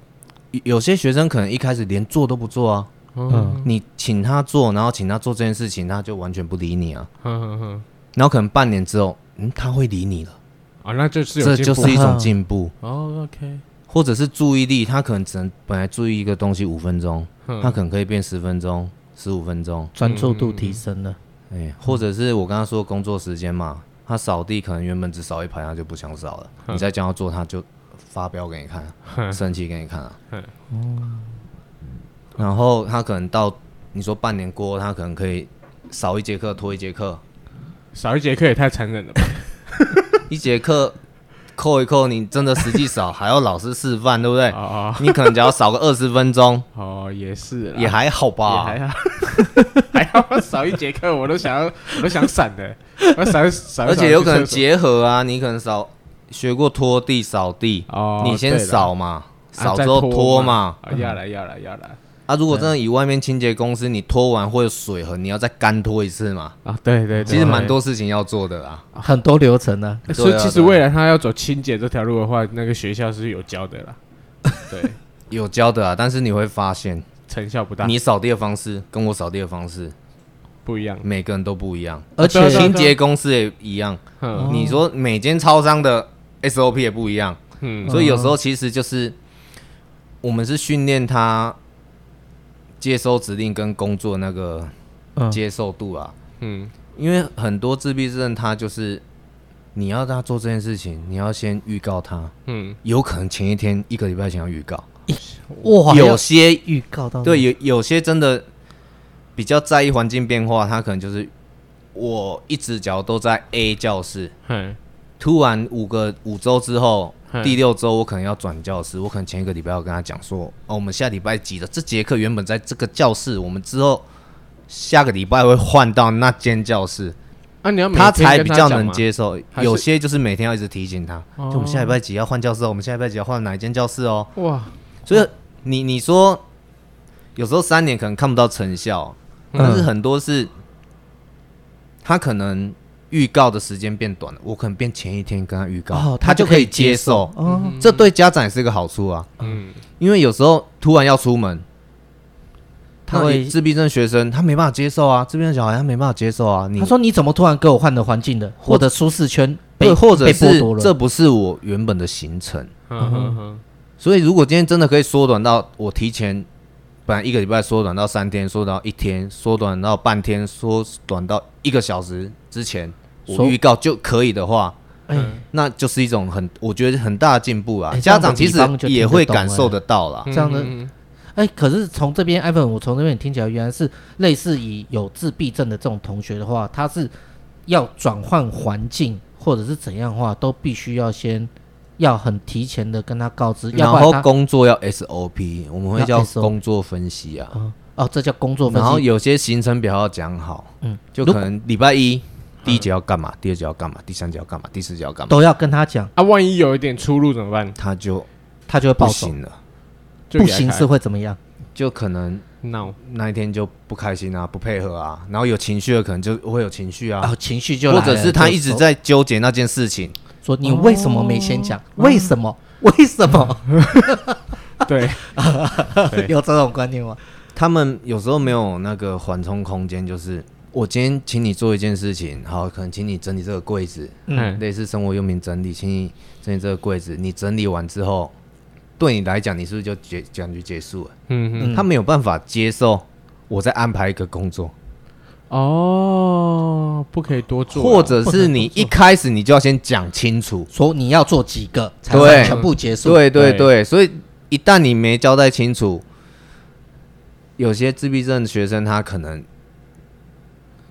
有有些学生可能一开始连做都不做啊，嗯，你请他做，然后请他做这件事情，他就完全不理你啊。哼哼哼，然后可能半年之后，嗯，他会理你了，啊，那就是有这进就步是一种进步，哦，OK，或者是注意力，他可能只能本来注意一个东西五分钟，嗯他可能可以变十分钟、十五分钟，专注度提升了。哎，或者是我刚刚说工作时间嘛，他扫地可能原本只扫一排，他就不想扫了，嗯你再叫他做，他就发飙给你看啊，生气给你看啊，哦，嗯然后他可能到你说半年过后，他可能可以扫一节课拖一节课，少一节课也太残忍了吧？ [LAUGHS] 一节课扣一扣，你真的实际少还要老师示范，对不对？哦你可能只要少个二十分 [LAUGHS] 钟，哦哦，也是啦，也还好啊也还吧。好， [LAUGHS] 还好少一节课，我都想要，我都想闪的，我少少，而且有可能结结合啊，你可能扫学过拖地、扫地，哦，你先对啦，扫嘛，啊扫再之后拖拖嘛。嗯啊要来要来要来啊，如果真的以外面清洁公司，你拖完会有水痕，你要再干拖一次嘛。啊，对对，对其实蛮。多事情要做的啦。很多流程呢、对所以对啊其实对啊未来他要走清洁这条路的话，那个学校是有教的啦， [LAUGHS] 对，有教的啊，但是你会发现，成效不大，你扫地的方式跟我扫地的方式，不一样，每个人都不一样，而嗯且对啊对啊清洁公司也一样。嗯哦你说每间超商的 SOP 也不一样，嗯所以有时哦候其实就是我们是训练他接收指令跟工作那个嗯接受度啊，嗯因为很多自闭症他就是你要他做这件事情，你要先预告他，嗯，有可能前一天一个礼拜前要预告，哇，有要些预告到对有有些真的比较在意环境变化，他可能就是我一直脚都在 A 教室，嘿，突然五个五周之后嗯，第六周我可能要转教室，我可能前一个礼拜要跟他讲说，哦，我们下礼拜几的这节课原本在这个教室，我们之后下个礼拜会换到那间教室，啊，你要每他天才跟比他较讲能吗接受。还是有些就是每天要一直提醒他，哦就我们下礼拜几要换教室哦，我们下礼拜几要换哪一间教室哦。哇，所嗯以你你说，有时候三年可能看不到成效，嗯但是很多是，他可能预告的时间变短了，我可能变前一天跟他预告，哦他他就就可可以以接接受受。哦，这对家长也是一个好处啊，嗯，因为有时候突然要出门，他那会自闭症学生他没办法接受啊，自闭症小孩他没办法接受啊。你他说你怎么突然给我换了环境的，或者舒适圈被对，或者被剥是夺了，这不是我原本的行程，嗯哼哼所以如果今天真的可以缩短到我提前本来一个礼拜缩短到三天，缩短到一天，缩短到半天，缩短到一个小时之前，我缩预告就可以的话，哎、那就是一种很我觉得很大的进步啊。哎这家样的长其比实方就听也得会懂感哎受得到啦。嗯这样的嗯哎，可是从这边 Ivan，我从这边听起来，原来是类似以有自闭症的这种同学的话，他是要转换环境或者是怎样的话，都必须要先要很提前的跟他告知，然要不然后他工作嗯要 SOP，我们会要叫 SOP 工作分析啊。哦哦，这叫工作分然后析，有些行程表要讲好，嗯，就如可能礼拜一第一节要干嘛，第二节要干嘛，第三节要干嘛，第四节要干嘛，都要跟他讲，啊，万一有一点出入怎么办？他就他就会不暴走，行了，就不给他行开是会怎么样？就可能 [LAUGHS] 闹那一天就不开心啊，不配合啊，然后有情绪了，可能就会有情绪啊，啊，情绪就来或了者是他一直就在纠结那件事情。说你为什么没先讲？为什么？为什么？ [LAUGHS] 对对有这种观念吗？他们有时候没有那个缓冲空间，就是我今天请你做一件事情，好，可能请你整理这个柜子，嗯类似生活用品整理，请你整理这个柜子。你整理完之后，对你来讲，你是不是就结感觉结束了？嗯嗯嗯他没有办法接受我再安排一个工作，哦，不可以多做啊，或者是 [LAUGHS] 你一开始你就要先讲清楚。说你要做几个才对会全部结束？对对对对，所以一旦你没交代清楚，有些自闭症学生他可能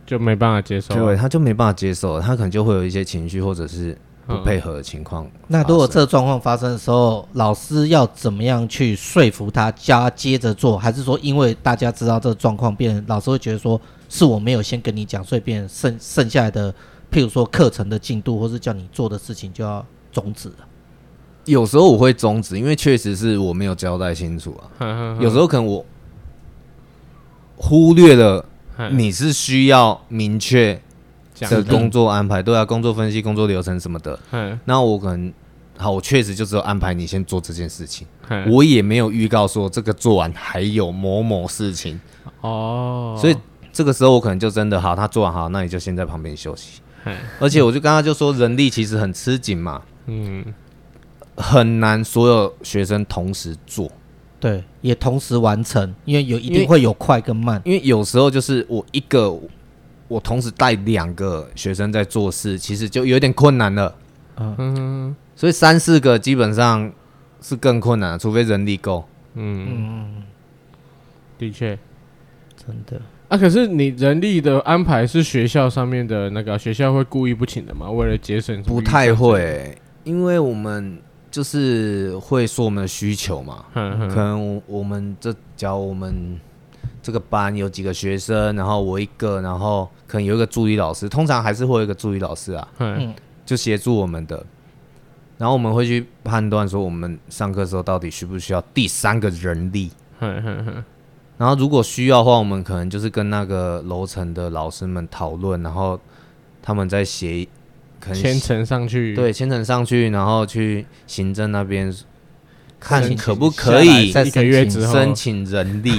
就没办法接受啊，对他就没办法接受，他可能就会有一些情绪或者是不嗯配合的情况。那如果这个状况发生的时候，老师要怎么样去说服他，叫他接着做，还是说因为大家知道这个状况，变成老师会觉得说是我没有先跟你讲，所以变成剩剩下来的，譬如说课程的进度，或是叫你做的事情就要终止了。有时候我会终止，因为确实是我没有交代清楚啊。哼，有时候候可能我忽略了你是需要明确哎讲的的工作安排，对啊，工作分析、工作流程什么的。哼那我可能好，我确实就只有安排你先做这件事情，哼 [LAUGHS] 我也没有预告说这个做完还有某某事情，哦，所以这个时候我可能就真的好，他做完好，那你就先在旁边休息。嘿而且我就刚刚就说，人力其实很吃紧嘛，嗯很难所有学生同时做，对，也同时完成，因为有一因为定会有快跟慢。因为有时候就是我一个，我同时带两个学生在做事，其实就有点困难了。嗯所以三四个基本上是更困难的，除非人力够。嗯，嗯，的确。真的。啊，可是你人力的安排是学校上面的那个学校会故意不请的吗？为了节省不预太算会之类的，欸，因为我们就是会说我们的需求嘛，哼哼，可能我我们这假如我们这个班有几个学生，然后我一个，然后可能有一个助理老师，通常还是会有一个助理老师啊，嗯嗯就协助我们的。然后我们会去判断说，我们上课的时候到底需不需要第三个人力。哼哼哼，然后如果需要的话，我们可能就是跟那个楼层的老师们讨论，然后他们再写一，可能千层上去，对千层上去，然后去行政那边看申请可不可以下来再一个月申请之后申请人 [LAUGHS] 力。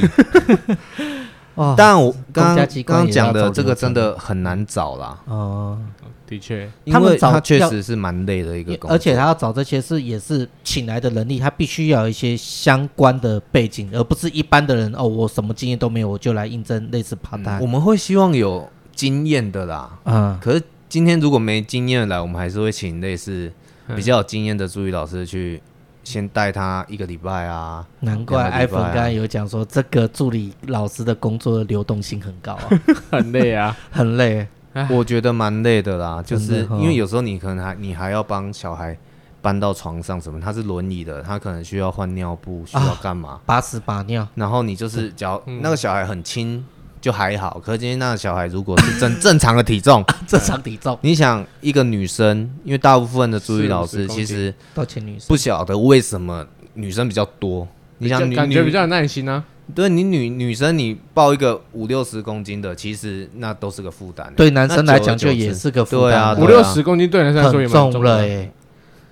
哦，但我公家刚刚机关刚也讲要的走这个流程真的很难找啦，哦、的确，因他们为找它确要实是蛮累的一个也工作，而且他要找这些是也是请来的人力，他必须要有一些相关的背景，而不是一般的人哦，我什么经验都没有，我就来应征类似 part 我 time。们会希望有经验的啦。嗯，可是今天如果没经验来，我们还是会请类似嗯比较有经验的助理老师去先带他一个礼拜啊。难怪两个礼拜 iPhone 啊刚才有讲说，这个助理老师的工作流动性很高啊， [LAUGHS] 很累啊。很累。我觉得蛮累的啦，就真是的哦因为有时候你可能还你还要帮小孩搬到床上什么，他是轮椅的，他可能需要换尿布，需要干嘛，把屎把尿， [LAUGHS] 然后你就是只要嗯那个小孩很轻就还好，可是今天那个小孩如果是正正常的 [LAUGHS] 体重，正常体重你想一个女生，因为大部分的助理老40师公其斤实到前女生不晓得为什么女生比较多，你想就女感觉女比较有耐心啊，对你女女生你抱一个五六十公斤的，其实那都是个负担。欸对男生来那久而讲就久之也是个负对啊担，五六十公斤对人来说也蛮很重重的了耶。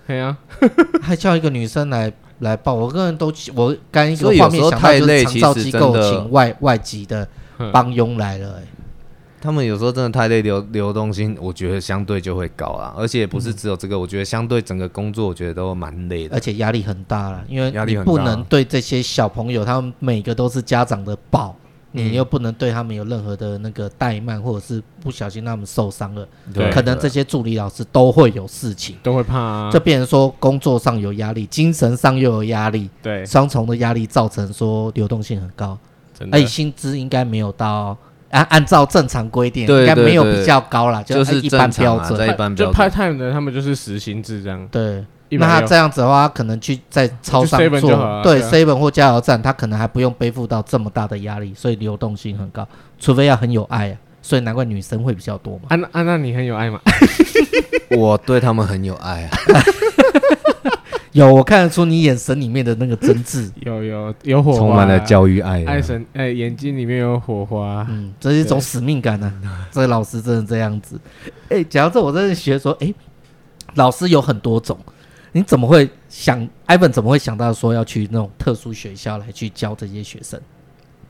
对啊， [LAUGHS] 还叫一个女生来来抱，我个人都我刚一个所以有画面时候想到太就累是长照其实机构真的请外外籍的嗯帮佣来了、欸，他们有时候真的太累，流流动性我觉得相对就会高啦，而且也不是只有这个，我觉得相对整个工作我觉得都蛮累的而。且压力很大了，因为压力你很大不能对这些小朋友，他们每个都是家长的宝，嗯你又不能对他们有任何的那个怠慢，或者是不小心让他们受伤了，呃对可能这些助理老师都会有事情，都会怕啊就。变成说工作上有压力，精神上又有压力，对，双重的压力造成说流动性很高。真的哎，，薪资应该没有到按按照正常规定，对应该没有对对比较高啦，就按是一般正常标啊，在准。一般标就 part 准。 time 的他们就是实薪制这样，对，一那百他这样子的话，他可能去在超商去 7-Eleven 就好做了，对对啊 seven 或加油站，他可能还不用背负到这么大的压力，所以流动性很高，除非要很有爱啊，所以难怪女生会比较多嘛。安 [LAUGHS] 安娜，你很有爱嘛？我对他们很有爱啊，有，我看得出你眼神里面的那个真 [LAUGHS] 挚。有有有火花， [LAUGHS] 充满了教育爱啊，爱神，哎、眼睛里面有火花。嗯，这是一种使命感呢、啊。这老师真的这样子。哎、讲到这，我真的学说，哎、老师有很多种，你怎么会想？Ivan 怎么会想到说要去那种特殊学校来去教这些学生？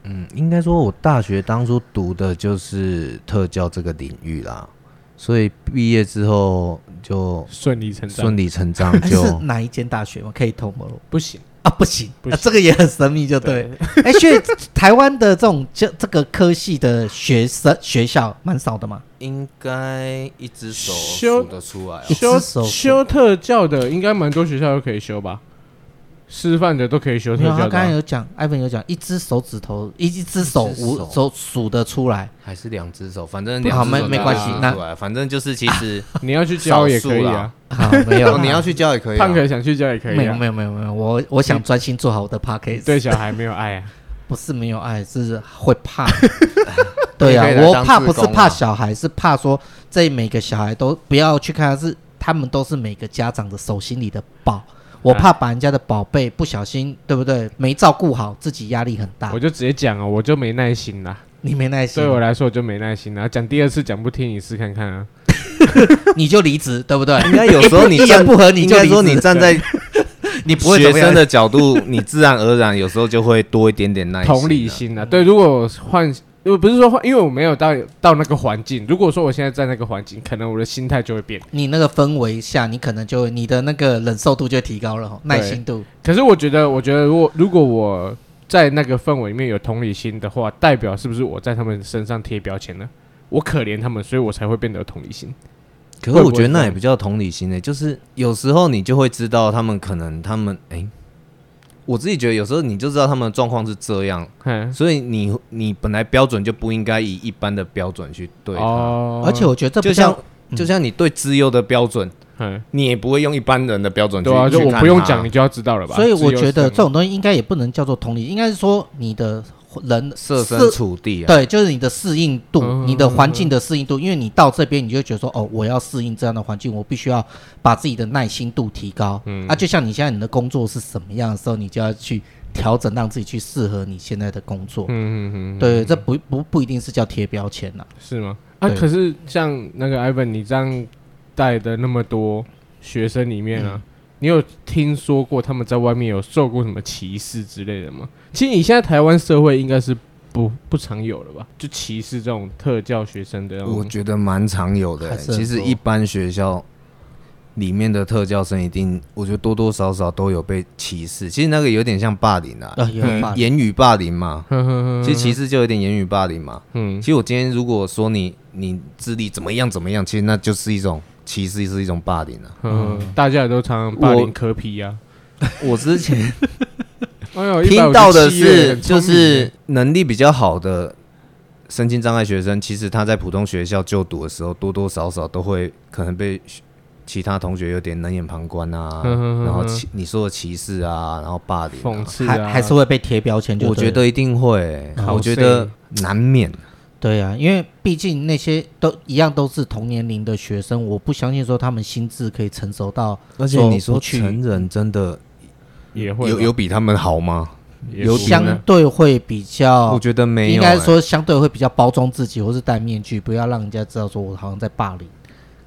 嗯，应该说我大学当初读的就是特教这个领域啦，所以毕业之后就顺理成章顺，理成 [LAUGHS] 章哎就是哪一间大学吗？可以透露吗不行，啊？不行，不啊行这个也很神秘，就对。哎，所以台湾的这种这这个科系的学生学校蛮少的嘛。应该一只手修数得出来、一哦。只修手修特教的应该蛮多学校都可以修吧，师范的都可以修特没有，他教的刚才啊。有讲，艾文有讲，一只手指头，一一只手一只无手手数得出来。还是两只手，反正不好两只手没没都关系数得那出来反正就是其实，你要去教也可以啊，好，没有 [LAUGHS] [COUGHS] 哦，你要去教也可以、啊胖，可想去教也可没以有啊。没有没有没有，我我想专心做好我的 p a c k a g e 对小孩没有爱啊，不是没有爱，是会 [LAUGHS] 怕。对啊你可以，来我当怕志不是工啊怕小孩，是怕说这每个小孩都不要去看，是他们都是每个家长的手心里的宝。我啊怕把人家的宝贝不小心，对不对？没照顾好，自己压力很大我。就直接讲啊，我就没耐心啦。你没耐心对，我来说我就没耐心啦，讲第二次讲不听，你试看看啊。你就离职，对不对？ [LAUGHS] 应该有时候你一言站不合你应就该离说你职，站 [LAUGHS] 在你不会学怎么样生的角度，你自然而然有时候就会多一点点耐心、同理。心嗯啊，对，如果我换，又不是说换，因为我没有到到那个环境。如果说我现在在那个环境，可能我的心态就会变。你那个氛围下，你可能就你的那个忍受度就提高了吼，耐心度。可是我觉得，我觉得如果如果我在那个氛围里面有同理心的话，代表是不是我在他们身上贴标签呢？我可怜他们，所以我才会变得有同理心。可是我觉得那也不叫同理心呢、就是有时候你就会知道他们可能他们哎、我自己觉得有时候你就知道他们的状况是这样，嗯，所以你你本来标准就不应该以一般的标准去对他，哦而且我觉得这就不像像。、就像你对资优的标准，嗯，你也不会用一般人的标准去对啊，就去我看不用他讲，你就要知道了吧？所以我只有觉这得这样种东西应该也不能叫做同理，应该是说你的人设身适处地啊，对，就是你的适应度，嗯你的环境的适应度，因为你到这边，你就会觉得说，哦，我要适应这样的环境，我必须要把自己的耐心度提高。嗯，啊，就像你现在你的工作是什么样的时候，你就要去调整，让自己去适合你现在的工作。嗯嗯嗯，对，这不不不一定是叫贴标签呐、是吗？啊，对可是像那个 Ivan，你这样带的那么多学生里面啊，你有听说过他们在外面有受过什么歧视之类的吗？其实你现在台湾社会应该是不不常有了吧？就歧视这种特教学生的那我种，觉得蛮常有的、哦欸还是很其实多一般学校里面的特教生，一定我觉得多多少少都有被歧视。其实那个有点像霸凌啊啊，，有嗯吧？言语霸凌嘛。呵呵呵其实歧视就有点言语霸凌嘛。嗯其实我今天如果说你你智力怎么样怎么样，其实那就是一种歧视，是一种霸凌啊。嗯，大家也都常常霸凌我科批啊。我之前哎呦，听到的157是，很聪就明是能力比较好的身心障碍学生，其实他在普通学校就读的时候，多多少少都会可能被学其他同学有点冷眼旁观啊，嗯哼哼然后哼歧你说的歧视啊，然后霸凌、讽啊，刺还啊，还是会被贴标签就对了。我觉得一定会、啊好我觉得难免。对啊，因为毕竟那些都一样都是同年龄的学生，我不相信说他们心智可以成熟到而且你说说不去，成人真的也会有吧有比他们好吗？也有不相会相对会比我较，觉得哦没有、应该欸说相对会比较包装自己，或是戴面具，不要让人家知道说我好像在霸凌。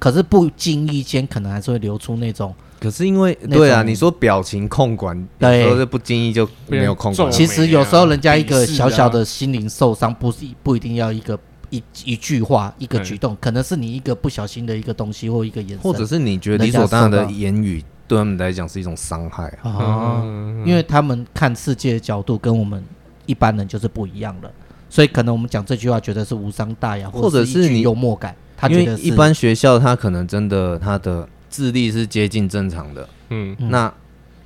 可是不经意间，可能还是会流出那种，可是因为那种对啊，你说表情控管，有对时候就不经意就没有控管变皱了。眉其实有时候人家一个鄙视啊小小的心灵受伤，不是不一定要一个一一句话、一个嗯举动，可能是你一个不小心的一个东西或一个眼神，或者是你觉得理所当然的言语对他们来讲是一种伤害啊？啊，嗯因为他们看世界的角度跟我们一般人就是不一样的，所以可能我们讲这句话觉得是无伤大雅，或者是一是句你幽默感，他因觉得为是一般学校他可能真的他的智力是接近正常的，嗯嗯那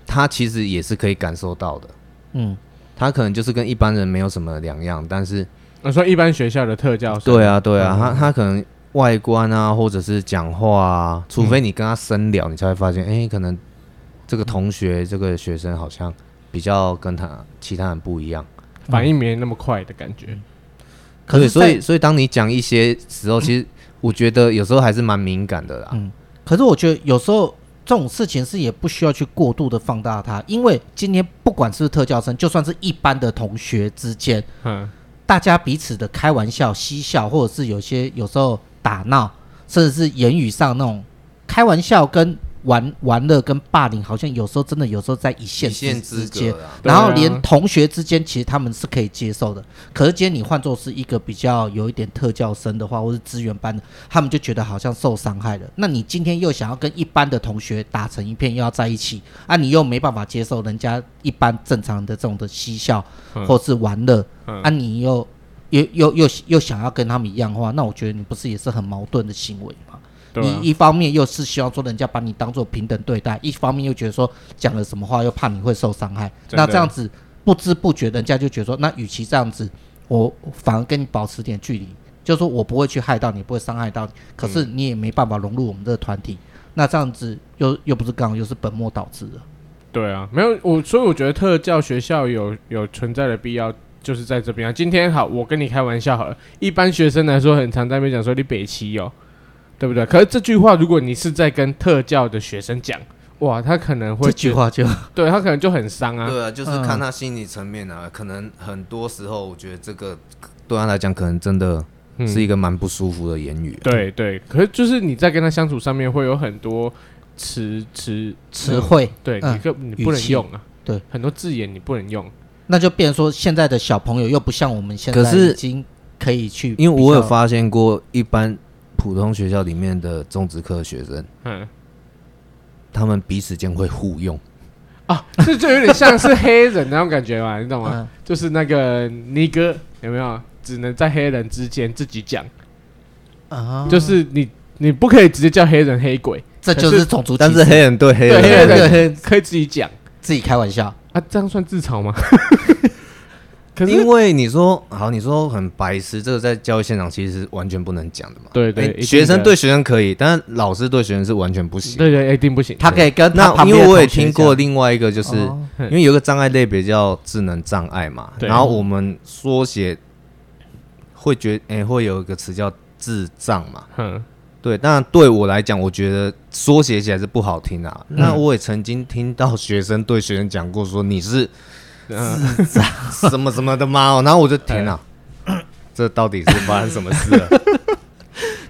他其实也是可以感受到的，嗯，他可能就是跟一般人没有什么两样，但是我说一般学校的特教生，对啊对啊，嗯他他可能。外观啊，或者是讲话啊，除非你跟他深聊，你才会发现，哎、可能这个同学、这个学生好像比较跟他其他人不一样。反应没那么快的感觉。可是对所在以所以当你讲一些时候，其实我觉得有时候还是蛮敏感的啦。嗯可是我觉得有时候这种事情是也不需要去过度的放大它，因为今天不管是不是特教生，就算是一般的同学之间，嗯，大家彼此的开玩笑、嬉笑，或者是有些有时候打闹，甚至是言语上那种开玩笑跟玩玩乐跟霸凌，好像有时候真的有时候在一一线线之之间。隔啊，对啊然后连同学之间，其实他们是可以接受的。可是今天你换作是一个比较有一点特教生的话，或是资源班的，他们就觉得好像受伤害了。那你今天又想要跟一般的同学打成一片，又要在一起，啊，你又没办法接受人家一般正常的这种的嬉笑嗯或是玩乐，嗯啊，你又又又又又想要跟他们一样的话，那我觉得你不是也是很矛盾的行为吗？对啊你一方面又是希望说人家把你当做平等对待，一方面又觉得说讲了什么话又怕你会受伤害，真的那这样子不知不觉人家就觉得说，那与其这样子，我反而跟你保持点距离，就是说我不会去害到你，不会伤嗯害到你，可是你也没办法融入我们这个团体，那这样子又又不是刚好又是本末倒置了。对啊，没有我，所以我觉得特教学校有有存在的必要，就是在这边啊。今天好，我跟你开玩笑好了。一般学生来说，很常在那边讲说你北齐哦，对不对？可是这句话，如果你是在跟特教的学生讲，哇，他可能会这句觉得，话就对他可能就很伤啊。嗯对啊，就是看他心理层面啊，可能很多时候我觉得这个对他来讲，可能真的嗯是一个蛮不舒服的言语啊、对对，可是就是你在跟他相处上面会有很多词词词，汇，对嗯你可你语不能气用啊，对，很多字眼你不能用。那就变成说现在的小朋友又不像我们现在可是已经可以去，因为我有。发现过，一般普通学校里面的种植科学生，嗯他们彼此间会互用，啊，这就有点像是黑人那种感觉嘛，你懂吗？嗯，就是那个尼哥有没有？只能在黑人之间自己讲，啊就是你你不可以直接叫黑人黑鬼，这就可是是种族歧但是视，黑人对黑对人，黑对人对可以自己讲自己开玩笑，啊，这样算自嘲吗？可是因为你说好，你说很白痴，这个在教育现场其实是完全不能讲的嘛。对对哎一定的学生对学生可以，但是老师对学生是完全不行。对对，一定不行。他可以跟他那旁因边为的我也同学听过讲，另外一个，就是、哦嗯因为有一个障碍类别叫智能障碍嘛，对然后我们缩写会觉诶、会有一个词叫智障嘛。嗯对，那对我来讲，我觉得缩写起来是不好听啊。嗯那我也曾经听到学生对学生讲过说你是嗯，什么什么的妈哦，然后我就 [LAUGHS] 天啊，这到底是发生什么事了？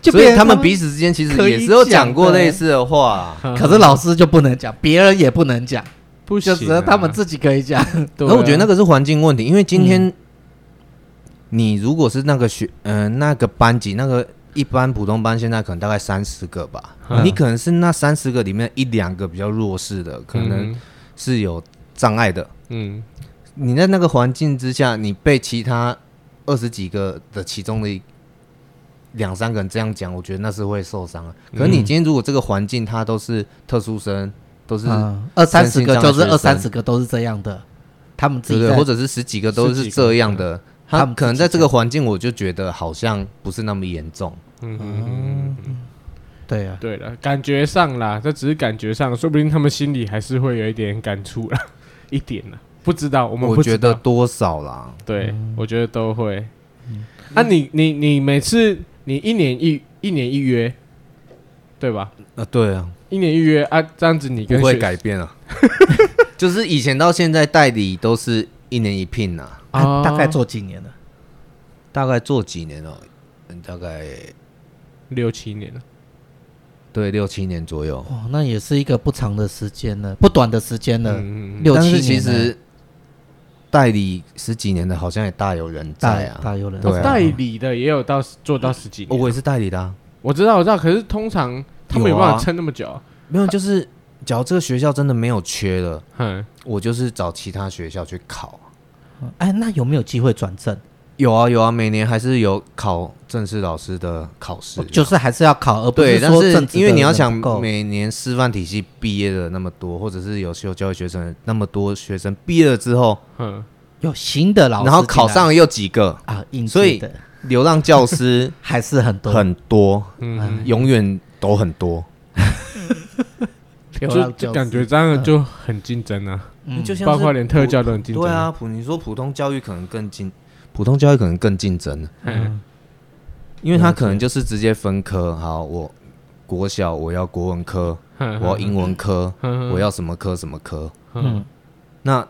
就所别以人他们彼此之间其实可以也是有讲讲过的类似的话啊、可是老师就不能讲，别人也不能讲，嗯不行就啊，只有他们自己可以讲。对啊。而我觉得那个是环境问题，因为今天、嗯你如果是那个学，嗯、那个班级那个一般普通班，现在可能大概三十个吧，嗯你可能是那三十个里面一两个比较弱势的，可能是有障碍的。嗯你在那个环境之下，你被其他二十几个的其中的一两三个人这样讲，我觉得那是会受伤的。可是你嗯今天如果这个环境他都是特殊生，都是嗯，二三十个就是二三十个都是这样的，他们自对己对，在或者是十几个都十是几个这样的，他他们可能自己在这讲个环境，我就觉得好像不是那么严重。嗯嗯嗯嗯，对啊，对了，感觉上啦，这只是感觉上，说不定他们心里还是会有一点感触啦， [LAUGHS] 一点啦，不知道，我们我不知觉得嗯道多少啦，对，我觉得都会。嗯啊你，你你每次你一年一一年一约，对吧？呃，对啊，一年一约啊，这样子你跟不会学改变 [LAUGHS] 啊，就是以前到现在代理都是一年一聘呐、啊，啊大概做几年了？大概做几年哦，嗯大概六七年了，对六七年左右。哦，那也是一个不长的时间了，不短的时间了，嗯嗯嗯六但七是年。其实代理十几年的，好像也大有人大在啊。大有人对啊代理的也有到做到十几哦年，我也是代理的、啊，我知道我知道，可是通常他们有有啊办法撑那么久啊，没有，就是假如这个学校真的没有缺了。嗯，我就是找其他学校去考。啊哎，那有没有机会转正？有啊有啊，每年还是有考正式老师的考试，哦就是还是要考，而不啊对，但说是政治因为的你要人想不够每年师范体系毕业的那么多，或者是有修教育学生那么多学生毕业了之后，嗯，有新的老师进然来，后考上了又 [LAUGHS] 几个，啊，应所以届的流浪教 [LAUGHS] 师还是很多，很多，嗯永远都很多。哎流就浪教就师感觉这样就很竞争啊，嗯就像包是括连特教都很竞争。对啊，，普你说普通教育可能更竞，普通教育可能更竞争，嗯因为他可能就是直接分科。好，我国小我要国文科，我要英文科，嗯我要什么科什么科。嗯，那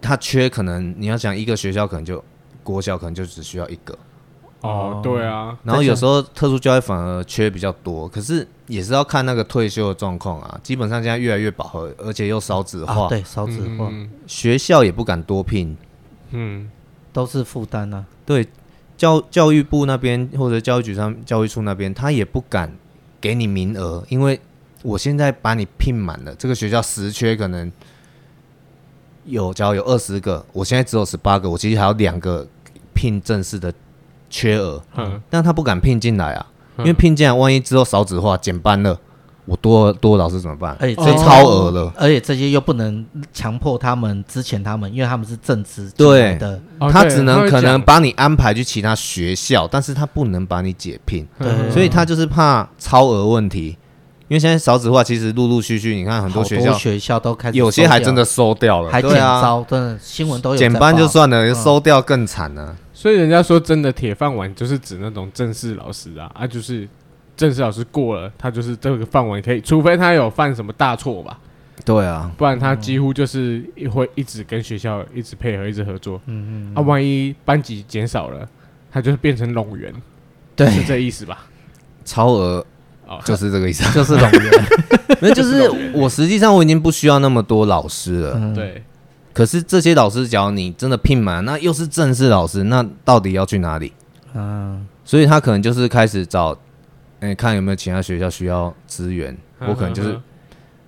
他缺可能你要想一个学校可能就国小可能就只需要一个，哦，对啊，然后有时候特殊教育反而缺比较多，可是也是要看那个退休的状况啊。基本上现在越来越饱和，而且又少子化，啊，对，少子化嗯学校也不敢多聘。嗯，都是负担啊。对，教教育部那边或者教育局上教育处那边，他也不敢给你名额，因为我现在把你聘满了，这个学校十缺可能有，假如有二十个，我现在只有十八个，我其实还有两个聘正式的缺额，嗯但他不敢聘进来啊，因为嗯聘进来万一之后少子化减班了，我多多老师怎么办？哎而哦且哎这就些超额了。而且这些又不能强迫他们之前他们，因为他们是正职进对来的，哦他对只能会可能讲把你安排去其他学校，但是他不能把你解聘。对所以他就是怕超额问题，因为现在少子化，其实陆陆续续，你看很多好学校多，学校都开始有些还真的收收掉掉了，还减对啊，招，真的新闻都有在减班就报算了，嗯收掉更惨啊了。所以人家说真的铁饭碗就是指那种正式老师啊，啊就是正式老师过了，他就是这个饭碗可以，除非他有犯什么大错吧，对啊，不然他几乎就是一会一直跟学校一直配合，一直合作。嗯嗯。啊，万一班级减少了，他就变成拢员，是对，这意思吧？超额哦，就是这个意思。 [LAUGHS] 就是冗员， [LAUGHS] 没有，就是我实际上我已经不需要那么多老师了，嗯，对，可是这些老师，假如你真的聘满，那又是正式老师，那到底要去哪里？嗯，所以他可能就是开始找，哎，看有没有其他学校需要资源，嗯我可能就是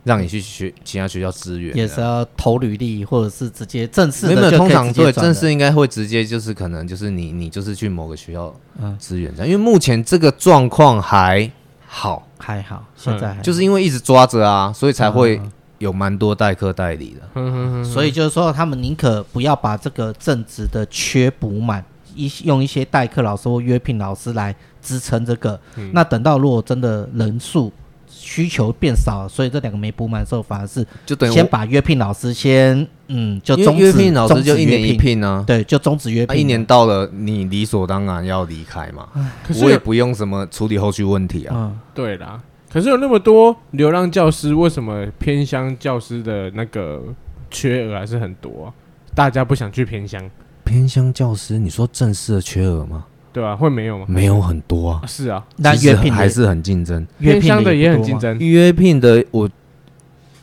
让你去学其他学校资源，也是要投履历或者是直接正式没的有，就没有可以通常直接对转了正式应该会直接就是可能就是你你就是去某个学校嗯资源这样，因为目前这个状况还好，还好，现在还好嗯就是因为一直抓着啊，所以才会嗯有蛮多代课代理的。嗯哼哼所以就是说，他们宁可不要把这个正职的缺补满，一用一些代课老师或约聘老师来支撑这个。嗯那等到如果真的人数需求变少了，所以这两个没补满的时候，反而是就等于先我把约聘老师先嗯就因为终约止聘老师就一年终一，止约聘聘呢、对，就终止约啊，聘，嗯一年到了你理所当然要离开嘛，可是我也有不用什么处理后续问题啊。嗯，对啦，可是有那么多流浪教师，为什么偏乡教师的那个缺额还是很多啊、大家不想去偏乡，偏乡教师，你说正式的缺额吗？对吧、会没有吗？没有很多啊啊，是啊，那其实约聘的还是很竞争。约偏聘乡的也不很多啊竞吗，争。预约聘的我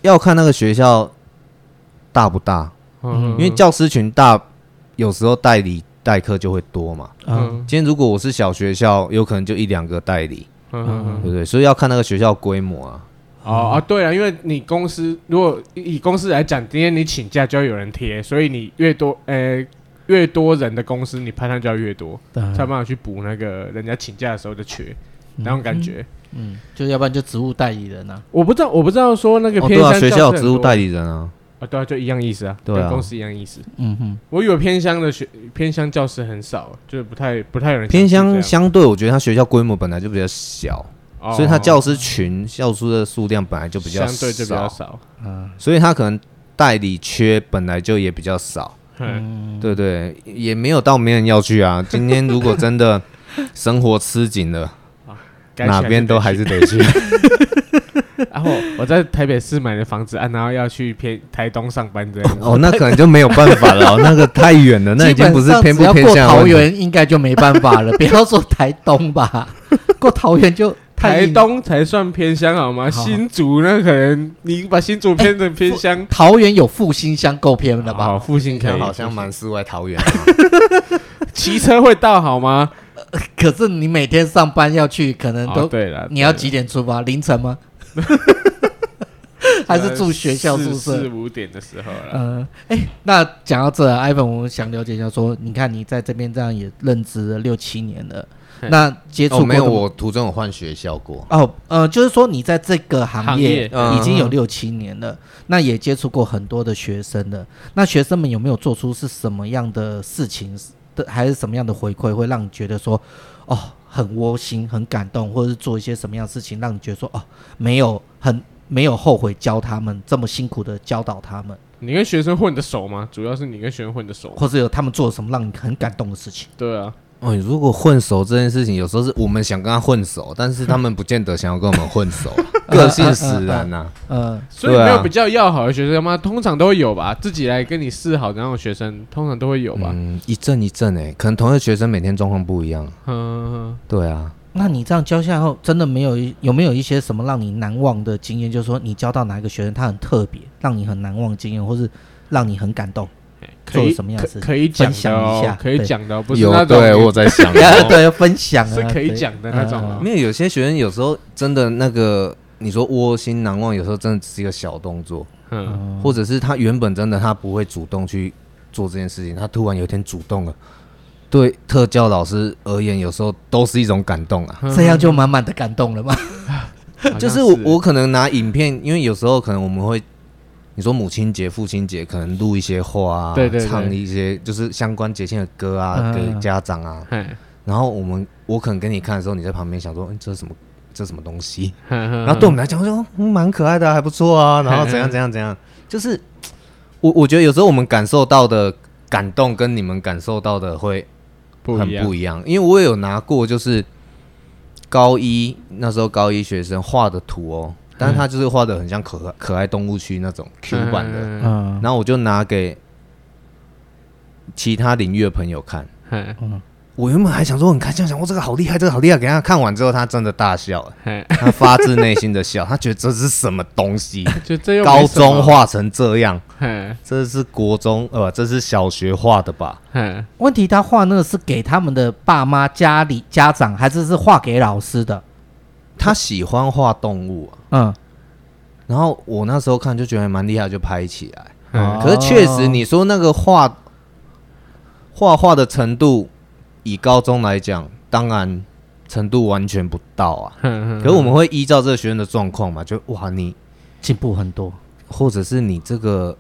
要看那个学校大不大，嗯因为教师群大，有时候代理代课就会多嘛。嗯，今天如果我是小学校，有可能就一两个代理，嗯嗯对不对？所以要看那个学校规模啊。哦啊，对啊，因为你公司如果以以公司来讲，今天你请假就要有人贴，所以你越多呃越多人的公司，你派上就要越多，嗯才有办法去补那个人家请假的时候的缺，那种感觉。嗯，就要不然就职务代理人啊，我不知道，我不知道说那个哦，偏对啊，乡学校有职职务务代理理人啊，啊，对啊，就一样意思啊，对啊跟公司一样意思。嗯哼，我以为偏乡的学偏乡教师很少，就是不太不太有人偏想去这乡样，相对我觉得它学校规模本来就比较小，哦所以它教师群、教师的数量本来就比较相对就比较少，少。嗯所以它可能代理缺本来就也比较少。嗯嗯，对对，也没有到没人要去啊。今天如果真的生活吃紧了， [LAUGHS] 该去哪边都还是是得去。得去。然后我在台北市买的房子啊，然后要去偏台东上班这样。哦，那可能就没有办法了哦，那个太远了，那已基经本不是上偏只不要偏过向的桃问题。园应该就没办法 [LAUGHS] 了，不要说台东吧，过桃园就太台硬东才算偏乡好吗？好新竹那可能你把新哎竹偏成偏乡，桃园有复兴乡够偏了吧？好，复兴可以好像蛮世外桃源啊， [LAUGHS] 骑车会到好 [LAUGHS] 吗？可是你每天上班要去，可能哦都对了，你要对几点出发？凌晨 [LAUGHS] 吗？还是住学校宿四四舍？五点的时候了。嗯，哎、那讲到这，Ivan，我想了解一下说你看你在这边这样也任职了六七年了，嘿那接触哦，过没有，这么我途中有换学校过，哦，呃，就是说你在这个行行业业嗯已经有六七年了，那也接触过很多的学生了。那学生们有没有做出是什么样的事情的，还是什么样的回馈，会让你觉得说，哦，很窝心、很感动，或者是做一些什么样的事情，让你觉得说，哦，没有很没有后悔教他们这么辛苦的教导他们，你跟学生混的熟吗？主要是你跟学生混的熟吗。或者有他们做了什么让你很感动的事情？对啊，哦，如果混熟这件事情，有时候是我们想跟他混熟，但是他们不见得想要跟我们混熟，个性使然呐、嗯，所以没对有啊比较要好的学生吗？通常都会有吧，自己来跟你示好的那种学生，通常都会有吧。嗯，一阵一阵哎、可能同一个学生每天状况不一样。嗯，对啊，那你这样教下来后，真的没有一有没有一些什么让你难忘的经验？就是说你教到哪一个学生，他很特别，让你很难忘的经验，或是让你很感动？可做以了什么样的事可可以讲分的享一哦下，可以对，讲的哦，不是有那种对我有在想 [LAUGHS] 对，分享啊哦是可以对讲的那种嗯哦。没有有些学生有时候真的那个，你说窝心难忘，有时候真的只是一个小动作，嗯，或者是他原本真的他不会主动去做这件事情，他突然有一天主动了，对特教老师而言，有时候都是一种感动啊。嗯这样就满满的感动了嘛。嗯好像就是我我可能拿影片，因为有时候可能我们会，你说母亲节、父亲节，可能录一些话啊，对对对唱一些就是相关节庆的歌嗯啊，给家长啊。嘿然后我们我可能给你看的时候，你在旁边想说，嗯，这是什么？这是什么东西？哼哼然后对我们来讲，就嗯蛮可爱的啊，还不错 [LAUGHS] 啊。然后怎样嗯怎样怎样，就是我我觉得有时候我们感受到的感动，跟你们感受到的会不很一样不，一样。因为我有拿过，就是高一那时候高一学生画的图哦，但是他就是画的很像可爱可爱动物区那种 Q 版的，的，嗯，然后我就拿给其他领域的朋友看。嘿我原本还想说很开心，想说这个好厉害，这个好厉害。给他看完之后，他真的大笑了，嘿，他发自内心的笑，他觉得这是什么东西？就这又高没什么中，画成这样，嘿，这是国中呃，这是小学画的吧？嘿，问题他画那个是给他们的爸妈、家里家长，还是是画给老师的？他喜欢画动物啊。嗯，然后我那时候看就觉得还蛮厉害，就拍起来。嗯可是确实，你说那个画画画的程度，以高中来讲，当然程度完全不到啊。哼哼可是我们会依照这个学生的状况嘛，就哇你，进步很多。或者是你这个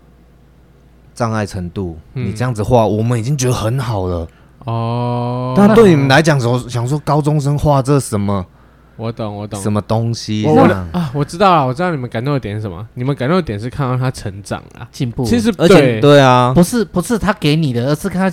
障碍程度，嗯你这样子画，我们已经觉得很好了。哦，但对你们来讲，说想说高中生画这什么我懂，我懂什。么东西我我这的样，啊，我知道了，我知道你们感动的点是什么。你们感动的点是看到他成长啦。进步。其实哦而且对对啊，不是不是他给你的，而是他，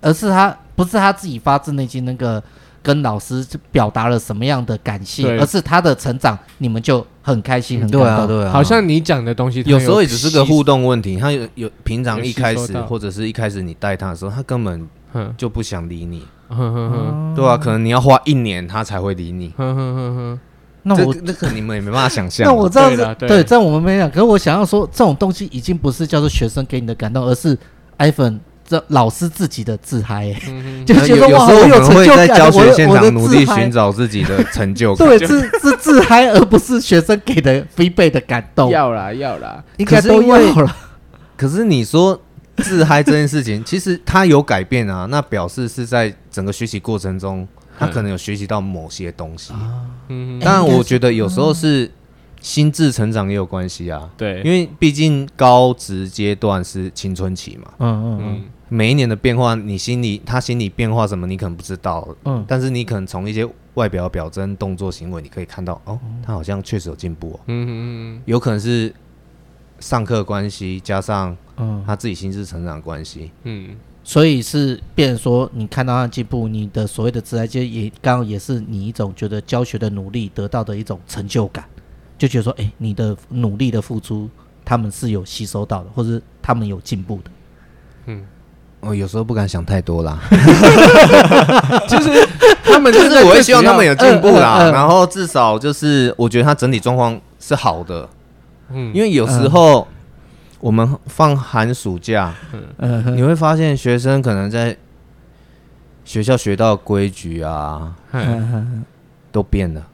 而是他不是他自己发自内心那个跟老师表达了什么样的感谢，对而是他的成长，你们就很开心，很感对啊动。对啊，好像你讲的东西，他有时候也只是个吸互动问题，他有有平常有一吸开收始到或者是一开始你带他的时候，他根本哼就不想理你，哼哼哼嗯对啊，可能你要花一年他才会理你，哼哼哼哼，那这我个这个你们也没办法想象。 [LAUGHS] 那我这样对啦子，对这样我们没讲。可是我想要说，这种东西已经不是叫做学生给你的感动，而是 iPhone 这老师自己的自嗨、欸嗯 [LAUGHS] 就呃觉有得有时哇，候我我们成会就在感，教我学有现我的场努力自嗨寻找自己的成就 [LAUGHS] 感。对，是是自嗨，而不是学生给的 f 倍的感 [LAUGHS] 动，要啦要啦，应该可是都因为要了。可是你说自嗨这件事情，其实他有改变啊，那表示是在整个学习过程中，他可能有学习到某些东西。嗯，当然，我觉得有时候是心智成长也有关系啊。对，因为毕竟高职阶段是青春期嘛，嗯嗯每一年的变化，你心里他心里变化什么，你可能不知道，嗯但是你可能从一些外表、表征、动作、行为，你可以看到，哦，他好像确实有进步哦，嗯嗯有可能是上课关系加上嗯，他自己心智成长关系，嗯所以是变成说，你看到他的进步，你的所谓的自然界也刚好也是你一种觉得教学的努力得到的一种成就感，就觉得说，哎、你的努力的付出，他们是有吸收到的，或者是他们有进步的。嗯，哦，有时候不敢想太 [LAUGHS] 多啦，他们就是我会希望他们有，有进步呃啦，嗯嗯嗯然后至少就是我觉得他整体状况是好的，嗯因为有时候我们放寒暑假，嗯哼，你会发现学生可能在学校学到的规矩啊嗯嘿都变了，嗯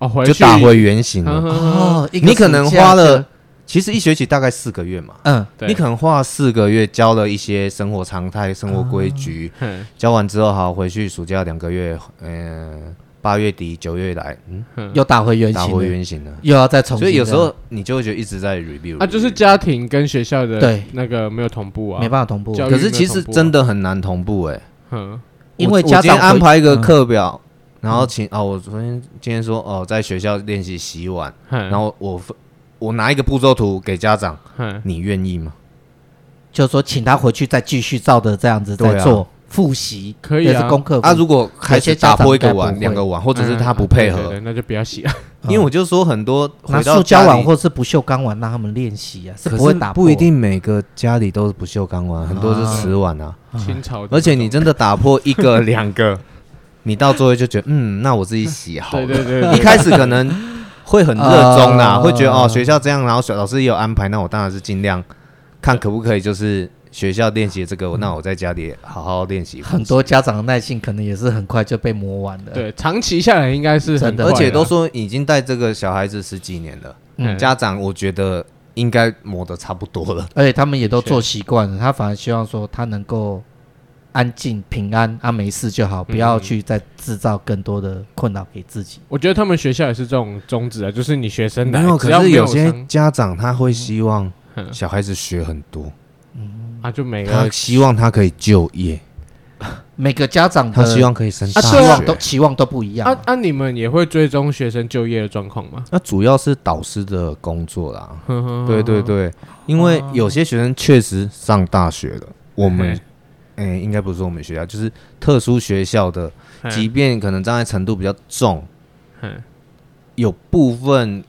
哦回就去打回原形了。哦，哦，一个你可能暑假花了的，，其实一学期大概四个月嘛，嗯对，你可能花了四个月教了一些生活常态、生活规矩，嘿教完之后好回去暑假两个月，嗯、八月底九月来，嗯，又打回欸原打形回了，原形了。又要再重新所这样。以有时候你就会觉得一直在 review 啊，就是家庭跟学校的对那个没有同步啊，没办法同步，教育可是其实啊真的很难同步哎、哼因为我家我今长天安回排一个课表，然后请哦，我昨天今天说哦，在学校练习洗碗，嘿，然后我分我拿一个步骤图给家长，嘿你愿意吗？就是说请他回去再继续照着这样子再对啊做，复习，可以也啊是功课复啊，如果开始打破一个有些家长应该不碗、会两个碗，或者是嗯他不配合，对对对那就不要洗 [LAUGHS] 了。因为我就说很多嗯拿回到塑胶家碗里或是不锈钢碗让他们练习啊，是可不会打破不一定每个家里都是不锈钢碗，很多是瓷碗啊。清朝的那种，而且你真的打破一个两个，你到最后就觉得，嗯，那我自己洗好对了。对对对， [LAUGHS] 啊一开始可能会很热 [LAUGHS] 衷啦，呃会觉得哦，学校这样，然后小老师也有安排，那我当然是尽量看可不可以，就是学校练习这个，那我在家里好好练习。很多家长的耐性可能也是很快就被磨完了。，对长期下来应该是很真的快而且啦都说已经带这个小孩子十几年了，嗯家长我觉得应该磨得差不多 [LAUGHS] 了。而且他们也都做习惯了，他反而希望说他能够安静、平安啊，没事就好，不嗯要去再制造更多的困扰给自己。我觉得他们学校也是这种宗旨啊，就是你学生来，只可要是有有些伤家长他会希望嗯小孩子学很多，啊就没他了。希望他可以就业，每个家长他的希望可以升大啊期对啊望都学。期望都不一样啊啊。啊！你们也会追踪学生就业的状况吗？那主要是导师的工作 [LAUGHS] 啦，呵呵对对，对，因为有些学生确实上大学了，我们嘿。哎、应该不是我们学校，就是特殊学校的，嘿即便可能障碍程度比较重，嘿有部分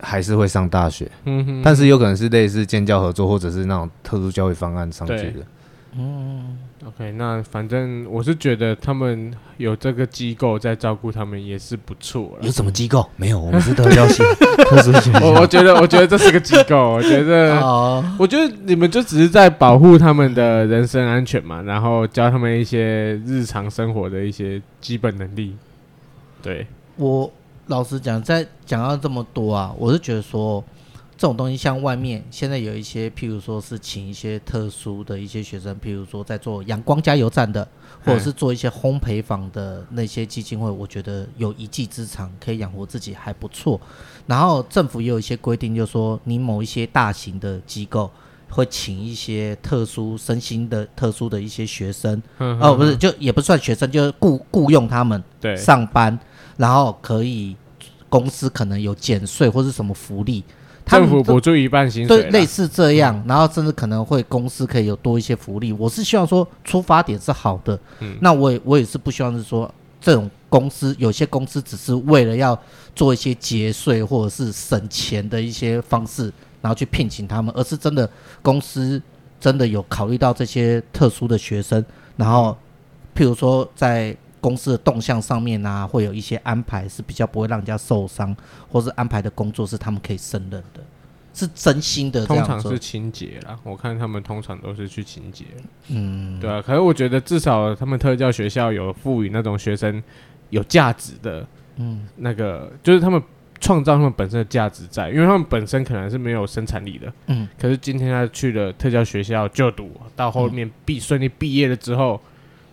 还是会上大学，嗯哼，但是有可能是类似建教合作或者是那种特殊教育方案上去对的。 OK，那反正我是觉得他们有这个机构在照顾他们也是不错了。什么机构？没有，我们是特 [LAUGHS] 教系特殊学我我觉得，我觉得这是个机构，我觉呃得，哦，我觉得你们就只是在保护他们的人身安全嘛，然后教他们一些日常生活的一些基本能力。对，我老实讲，在讲到这么多啊，我是觉得说这种东西，像外面现在有一些，譬如说是请一些特殊的一些学生，譬如说在做阳光加油站的，或者是做一些烘焙坊的那些基金会，我觉得有一技之长可以养活自己还不错。然后政府也有一些规定，就是说你某一些大型的机构。会请一些特殊身心的特殊的一些学生，呵呵哦，不是，就也不算学生，就是雇雇佣他们，对，上班，然后可以公司可能有减税或是什么福利，他政们府都补助一半薪水对啦，类似这样，然后甚至可能会公司可以有多一些福利。我是希望说出发点是好的，嗯那我也我也是不希望是说这种公司有些公司只是为了要做一些节税或者是省钱的一些方式，然后去聘请他们，而是真的公司真的有考虑到这些特殊的学生，然后譬如说在公司的动向上面啊，会有一些安排是比较不会让人家受伤，或是安排的工作是他们可以胜任的，是真心的这通样常做是。清洁啦，我看他们通常都是去清洁。嗯，对啊。可是我觉得至少他们特教学校有赋予那种学生有价值的，嗯，那个就是他们创造他们本身的价值在，因为他们本身可能是没有生产力的，嗯。可是今天他去了特教学校就读，到后面毕顺利毕业了之后，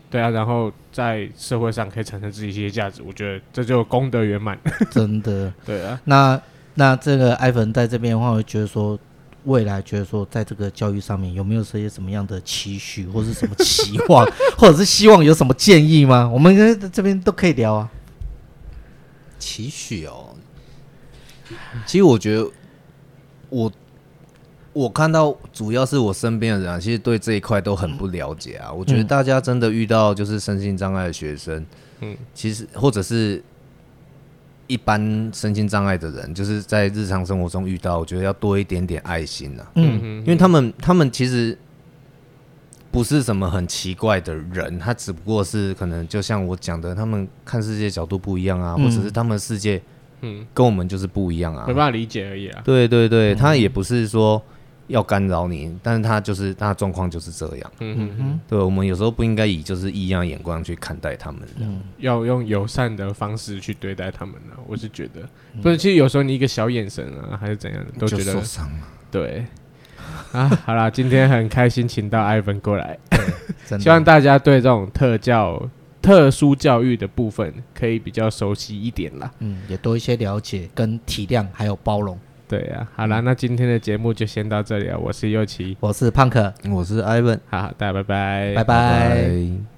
对啊，然后在社会上可以产生自己一些价值，我觉得这就功德圆满。 [LAUGHS] 真的。对啊，那那这个艾粉在这边的话，我会觉得说，未来觉得说，在这个教育上面有没有这些什么样的期许，或是什么期望， [LAUGHS] 或者是希望有什么建议吗？我们跟这边都可以聊啊。期许哦。其实我觉得，我我看到主要是我身边的人、啊，其实对这一块都很不了解啊。我觉得大家真的遇到就是身心障碍的学生，嗯嗯，其实或者是一般身心障碍的人，就是在日常生活中遇到，我觉得要多一点点爱心啊，嗯，嗯因为他们他们其实。不是什么很奇怪的人，他只不过是可能就像我讲的，他们看世界角度不一样啊，嗯或者是他们世界嗯，跟我们就是不一样啊没。办法理解而已啊。对对对，他也不是说要干扰你，但是他就是他的状况就是这样。嗯嗯嗯。对我们有时候不应该以就是异样的眼光去看待他们。嗯要用友善的方式去对待他们呢、我是觉得，不是，其实有时候你一个小眼神啊，还是怎样的，都觉就得受伤了。对。啊，好啦，今天很开心，请到艾文过来，真希望的。大家对这种特教、特殊教育的部分可以比较熟悉一点啦。嗯，也多一些了解、跟体谅，还有包容。对啊，好啦，那今天的节目就先到这里啊，我是右奇，我是胖可，我是 Ivan，好，大家拜拜，拜拜。拜